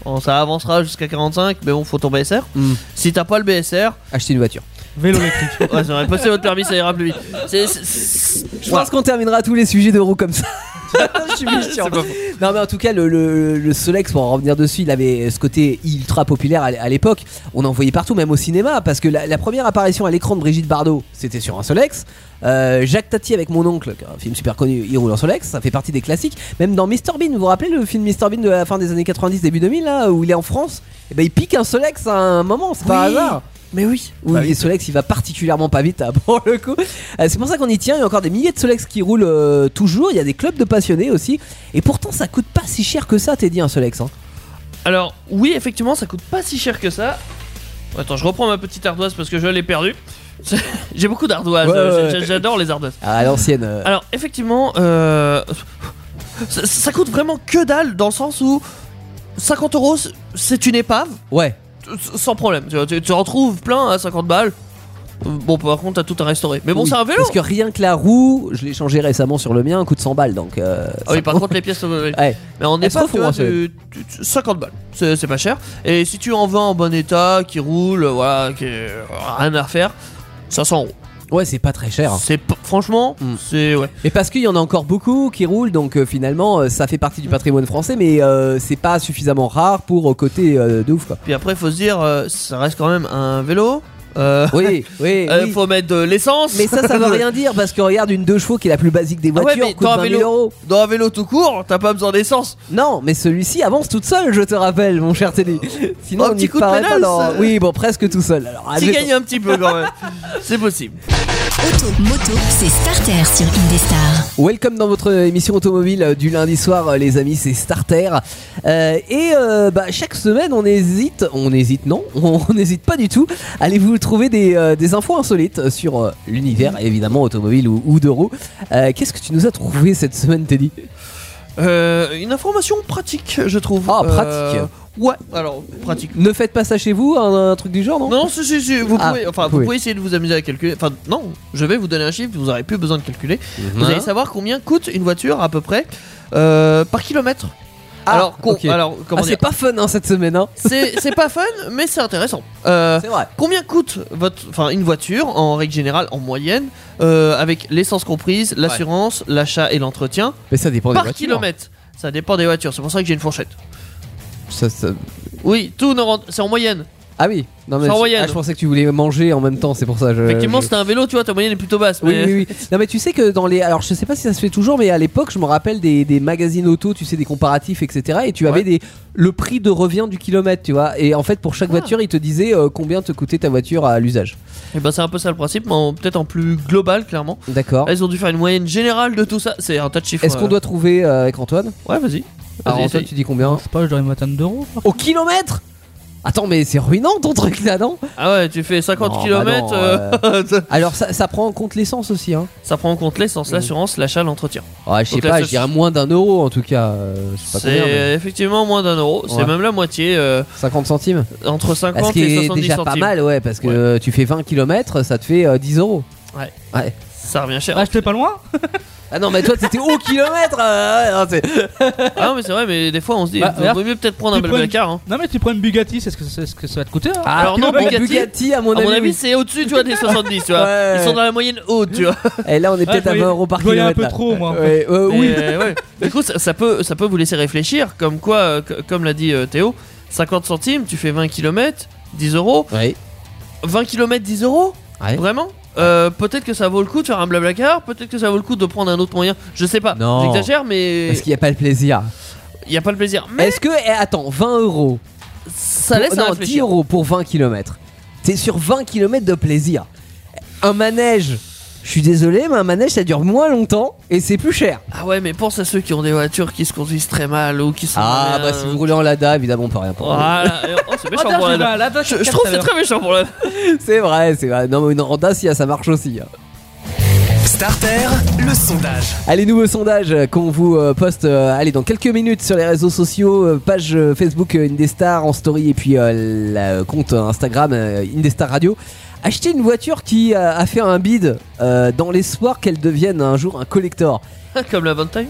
E: bon, ça avancera jusqu'à 45, mais bon, faut ton BSR.
C: Mm.
E: Si t'as pas le BSR,
C: Acheter une voiture.
D: Vélo électrique.
E: ouais, ça aurait passé votre permis, ça ira plus vite. C'est- c'est- c'est-
C: Je
E: voilà.
C: pense qu'on terminera tous les sujets de roue comme ça. Je suis méchant.
E: C'est pas faux.
C: Non mais en tout cas le, le, le Solex pour en revenir dessus il avait ce côté ultra populaire à, l- à l'époque on en voyait partout même au cinéma parce que la, la première apparition à l'écran de Brigitte Bardot c'était sur un Solex Euh, Jacques Tati avec mon oncle un film super connu il roule en Solex ça fait partie des classiques même dans Mr Bean vous vous rappelez le film Mr Bean de la fin des années 90 début 2000 là où il est en France et ben il pique un Solex à un moment c'est pas un
E: Oui.
C: hasard
E: Mais oui.
C: oui,
E: Bah
C: et Solex il va particulièrement pas vite hein, pour le coup. Euh, c'est pour ça qu'on y tient. Il y a encore des milliers de Solex qui roulent euh, toujours. Il y a des clubs de passionnés aussi. Et pourtant, ça coûte pas si cher que ça, t'es dit un Solex. hein.
E: Alors, oui, effectivement, ça coûte pas si cher que ça. Attends, je reprends ma petite ardoise parce que je l'ai perdue. J'ai beaucoup d'ardoises,
C: Ouais,
E: euh,
C: ouais,
E: j'a-
C: ouais.
E: j'adore les ardoises.
C: À l'ancienne. euh,
E: Alors, effectivement, euh, ça, ça coûte vraiment que dalle dans le sens où 50 euros, c'est- c'est une épave,
C: Ouais.
E: t- sans problème. Tu, vois, tu, tu en trouves plein à 50 balles. Euh, Bon, par contre, t'as tout à restaurer. Mais bon,
C: Oui,
E: c'est un vélo.
C: Parce que rien que la roue, je l'ai changé récemment sur le mien, coûte 100 balles. Donc. euh,
E: Ah oui,
C: ça-
E: par contre, les pièces. euh,
C: Ouais.
E: Mais on
C: Elles
E: n'est
C: se
E: pas
C: refont,
E: tu vois,
C: hein, celles-là.
E: tu- tu- 50 balles, c'est c'est pas cher. Et si tu en vends en bon état, qui roule, euh, voilà, qui euh, rien à refaire, 500 euros.
C: Ouais, c'est pas très cher. hein.
E: C'est pas- franchement,
C: Mm.
E: c'est ouais.
C: Mais parce qu'il y en a encore beaucoup qui roulent, donc euh, finalement, euh, ça fait partie du patrimoine français, mais euh, c'est pas suffisamment rare pour euh, côté euh, de ouf quoi.
E: Puis après, faut se dire, euh, ça reste quand même un vélo. Euh,
C: Oui, oui.
E: euh,
C: oui.
E: Faut mettre de l'essence.
C: Mais ça, ça veut rien dire parce que regarde une deux chevaux qui est la plus basique des
E: Ah ouais,
C: voitures
E: mais
C: coûte
E: dans un
C: 20 000
E: vélo.
C: euros.
E: Dans un vélo tout court, t'as pas besoin d'essence.
C: Non, mais celui-ci avance toute seule, je te rappelle, mon cher Teddy. Sinon,
E: Oh, un
C: on
E: petit
C: n'y
E: coup de
C: paraît pas
E: pédale,
C: dans-
E: ça.
C: Oui, bon, presque tout seul. Alors,
E: Tu
C: admettons.
E: gagnes un petit peu quand même. c'est possible.
B: Auto, moto, c'est starter sur Indestar.
C: Welcome dans votre émission automobile euh, du lundi soir, euh, les amis, c'est Starter. Euh, et euh, bah, chaque semaine, on hésite, on hésite, non, on on n'hésite pas du tout. Allez-vous trouver des, euh, des infos insolites sur euh, l'univers, évidemment, automobile ou, ou de roues Euh, Qu'est-ce que tu nous as trouvé cette semaine, Teddy
E: Euh, une information pratique, je trouve.
C: Ah,
E: Euh,
C: pratique.
E: Ouais, alors pratique.
C: Ne faites pas ça chez vous, un, un truc du genre, non
E: Non, si, si, si, vous
C: Ah,
E: pouvez, enfin,
C: vous
E: vous
C: pouvez.
E: pouvez. essayer de vous amuser à calculer. Enfin, non, je vais vous donner un chiffre, vous n'aurez plus besoin de calculer. Vous
C: Hein
E: allez savoir combien coûte une voiture à peu près euh, par kilomètre.
C: Ah,
E: alors, com-
C: ok.
E: alors, comment
C: Ah,
E: dire
C: c'est pas fun hein, cette semaine, hein
E: C'est c'est pas fun, mais c'est intéressant. Euh,
C: C'est vrai.
E: combien coûte votre, enfin, une voiture en règle générale, en moyenne, euh, avec l'essence comprise, l'assurance, l'achat et l'entretien
C: Mais ça dépend des
E: par
C: voitures.
E: kilomètre Ça dépend des voitures. C'est pour ça que j'ai une fourchette.
C: Ça- ça-
E: Oui, tout ne rentre- c'est en moyenne.
C: Ah oui, non mais
E: C'est en
C: je-
E: moyenne.
C: ah, je pensais que tu voulais manger en même temps, c'est pour ça. Je...
E: Effectivement,
C: Euh, je-
E: c'était un vélo, tu vois, ta moyenne est plutôt basse.
C: Oui,
E: mais-
C: oui, oui. Non, mais tu sais que dans les. Alors, je sais pas si ça se fait toujours, mais à l'époque, je me rappelle des, des magazines auto, tu sais, des comparatifs, etc. Et tu avais
E: Ouais.
C: des. Le prix de revient du kilomètre, tu vois. Et en fait, pour chaque
E: Ah.
C: voiture, ils te disaient euh, combien te coûtait ta voiture à l'usage.
E: Et ben c'est un peu ça le principe, mais en- peut-être en plus global clairement.
C: D'accord.
E: Là, ils ont dû faire une moyenne générale de tout ça. C'est un tas de chiffres.
C: Ah. Est-ce qu'on
E: euh.
C: doit trouver euh, avec Antoine
E: Ouais, vas-y.
C: Alors
E: Vas-y,
C: toi,
E: essaye.
C: tu dis combien
D: C'est pas, j'aurais une vingtaine d'euros. Ah,
C: Au kilomètre Attends, mais c'est ruinant ton truc là, non
E: Ah ouais, tu fais 50
C: Non, bah
E: km,
C: non, euh. Alors ça, ça prend en compte l'essence aussi, hein
E: ça prend en compte l'essence, l'assurance, l'achat, l'entretien.
C: Ouais, Ah, je sais
E: Donc, la
C: pas,
E: seule-
C: je dirais moins d'un euro en tout cas. euh, je sais pas
E: C'est
C: combien, mais
E: effectivement moins d'un euro, c'est
C: Ouais.
E: même la moitié, euh,
C: 50 centimes Ah,
E: entre
C: Ce
E: 50
C: qui
E: et
C: est
E: 70
C: déjà
E: centimes.
C: pas mal, ouais, parce que
E: Ouais.
C: euh, tu fais 20 km, ça te fait euh, 10 euros.
E: Ça revient cher.
D: Ah, j'étais pas loin
C: Ah non, mais toi, t'étais au kilomètre euh, ouais, non, c'est-
E: Ah non, mais c'est vrai, mais des fois on se dit,
D: Bah,
E: il vaut mieux peut-être prendre un
D: tu prends une-
E: bel car. Hein.
D: Non, mais tu prends une Bugatti, c'est ce que, c'est ce que ça va te coûter. hein.
C: Ah,
E: Alors non,
C: bon,
E: Bugatti,
C: à mon
E: À
C: avis.
E: mon avis,
C: oui.
E: c'est au-dessus, tu vois, des 70, tu vois.
C: Ouais.
E: Ils sont dans la moyenne haute, tu vois.
C: Et Eh, là, on est
D: Ah,
C: peut-être
D: je
C: à 20
D: voyais-
C: euros par
D: je voyais
C: kilomètre.
D: un peu
C: là.
D: trop, moi.
C: Ouais, euh,
E: Et,
C: oui.
E: hein. euh, ouais. Du coup, ça, ça peut, ça peut vous laisser réfléchir, comme quoi, euh, que- comme l'a dit euh, Théo, 50 centimes, tu fais 20 km, 10 euros.
C: Ouais.
E: 20 km, 10 euros
C: Ouais.
E: Vraiment Euh, Peut-être que ça vaut le coup de faire un blabla car, peut-être que ça vaut le coup de prendre un autre moyen. Je sais pas,
C: Non.
E: j'exagère, mais
C: Parce qu'il n'y a pas le plaisir.
E: il n'y a pas le plaisir. Mais
C: Est-ce que. eh, Attends, 20 euros.
E: ça laisse
C: non,
E: à
C: 10
E: réfléchir.
C: euros pour 20 km. T'es sur 20 km de plaisir. Un manège. Je suis désolé, mais un manège ça dure moins longtemps et c'est plus cher.
E: Ah ouais, mais pense à ceux qui ont des voitures qui se conduisent très mal ou qui sont.
C: Ah,
E: dans les-
C: bah si vous roulez en Lada, évidemment, on peut rien pour
E: Voilà. Oh, c'est
D: Ah,
E: méchant
D: tiens,
E: pour
D: j'ai
E: la-
D: un Lada
E: Je, je
D: 4 tout
E: trouve
D: à
E: que c'est
D: l'heure.
E: très méchant pour la.
C: C'est vrai, c'est vrai. Non, mais une Honda, si ça marche aussi. hein.
A: Starter, le sondage.
C: Allez, nouveau sondage euh, qu'on vous euh, poste euh, allez, dans quelques minutes sur les réseaux sociaux, euh, page euh, Facebook euh, Indestar en story et puis euh, la euh, compte Instagram euh, Indestar Radio. Achetez une voiture qui euh, a fait un bid euh, dans l'espoir qu'elle devienne un jour un collector.
E: Comme la Vantime.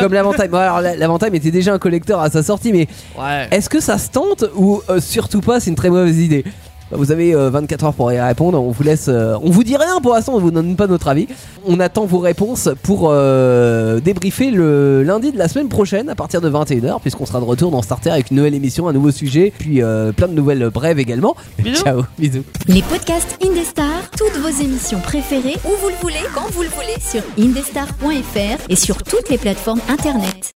C: Comme l'Avantime. Bon, alors, la- l'Avantime était déjà un collector à sa sortie, mais
E: Ouais.
C: est-ce que ça se tente ou euh, surtout pas C'est une très mauvaise idée. Vous avez euh, 24 heures pour y répondre. On vous laisse. euh, on vous dit rien pour l'instant. On vous donne pas notre avis. On attend vos réponses pour euh, débriefer le lundi de la semaine prochaine à partir de 21h, puisqu'on sera de retour dans Starter avec une nouvelle émission, un nouveau sujet, puis euh, plein de nouvelles brèves également.
E: Bisous.
C: Ciao, bisous.
B: Les podcasts Indestar, toutes vos émissions préférées, où vous le voulez, quand vous le voulez, sur indestar.fr et sur toutes les plateformes internet.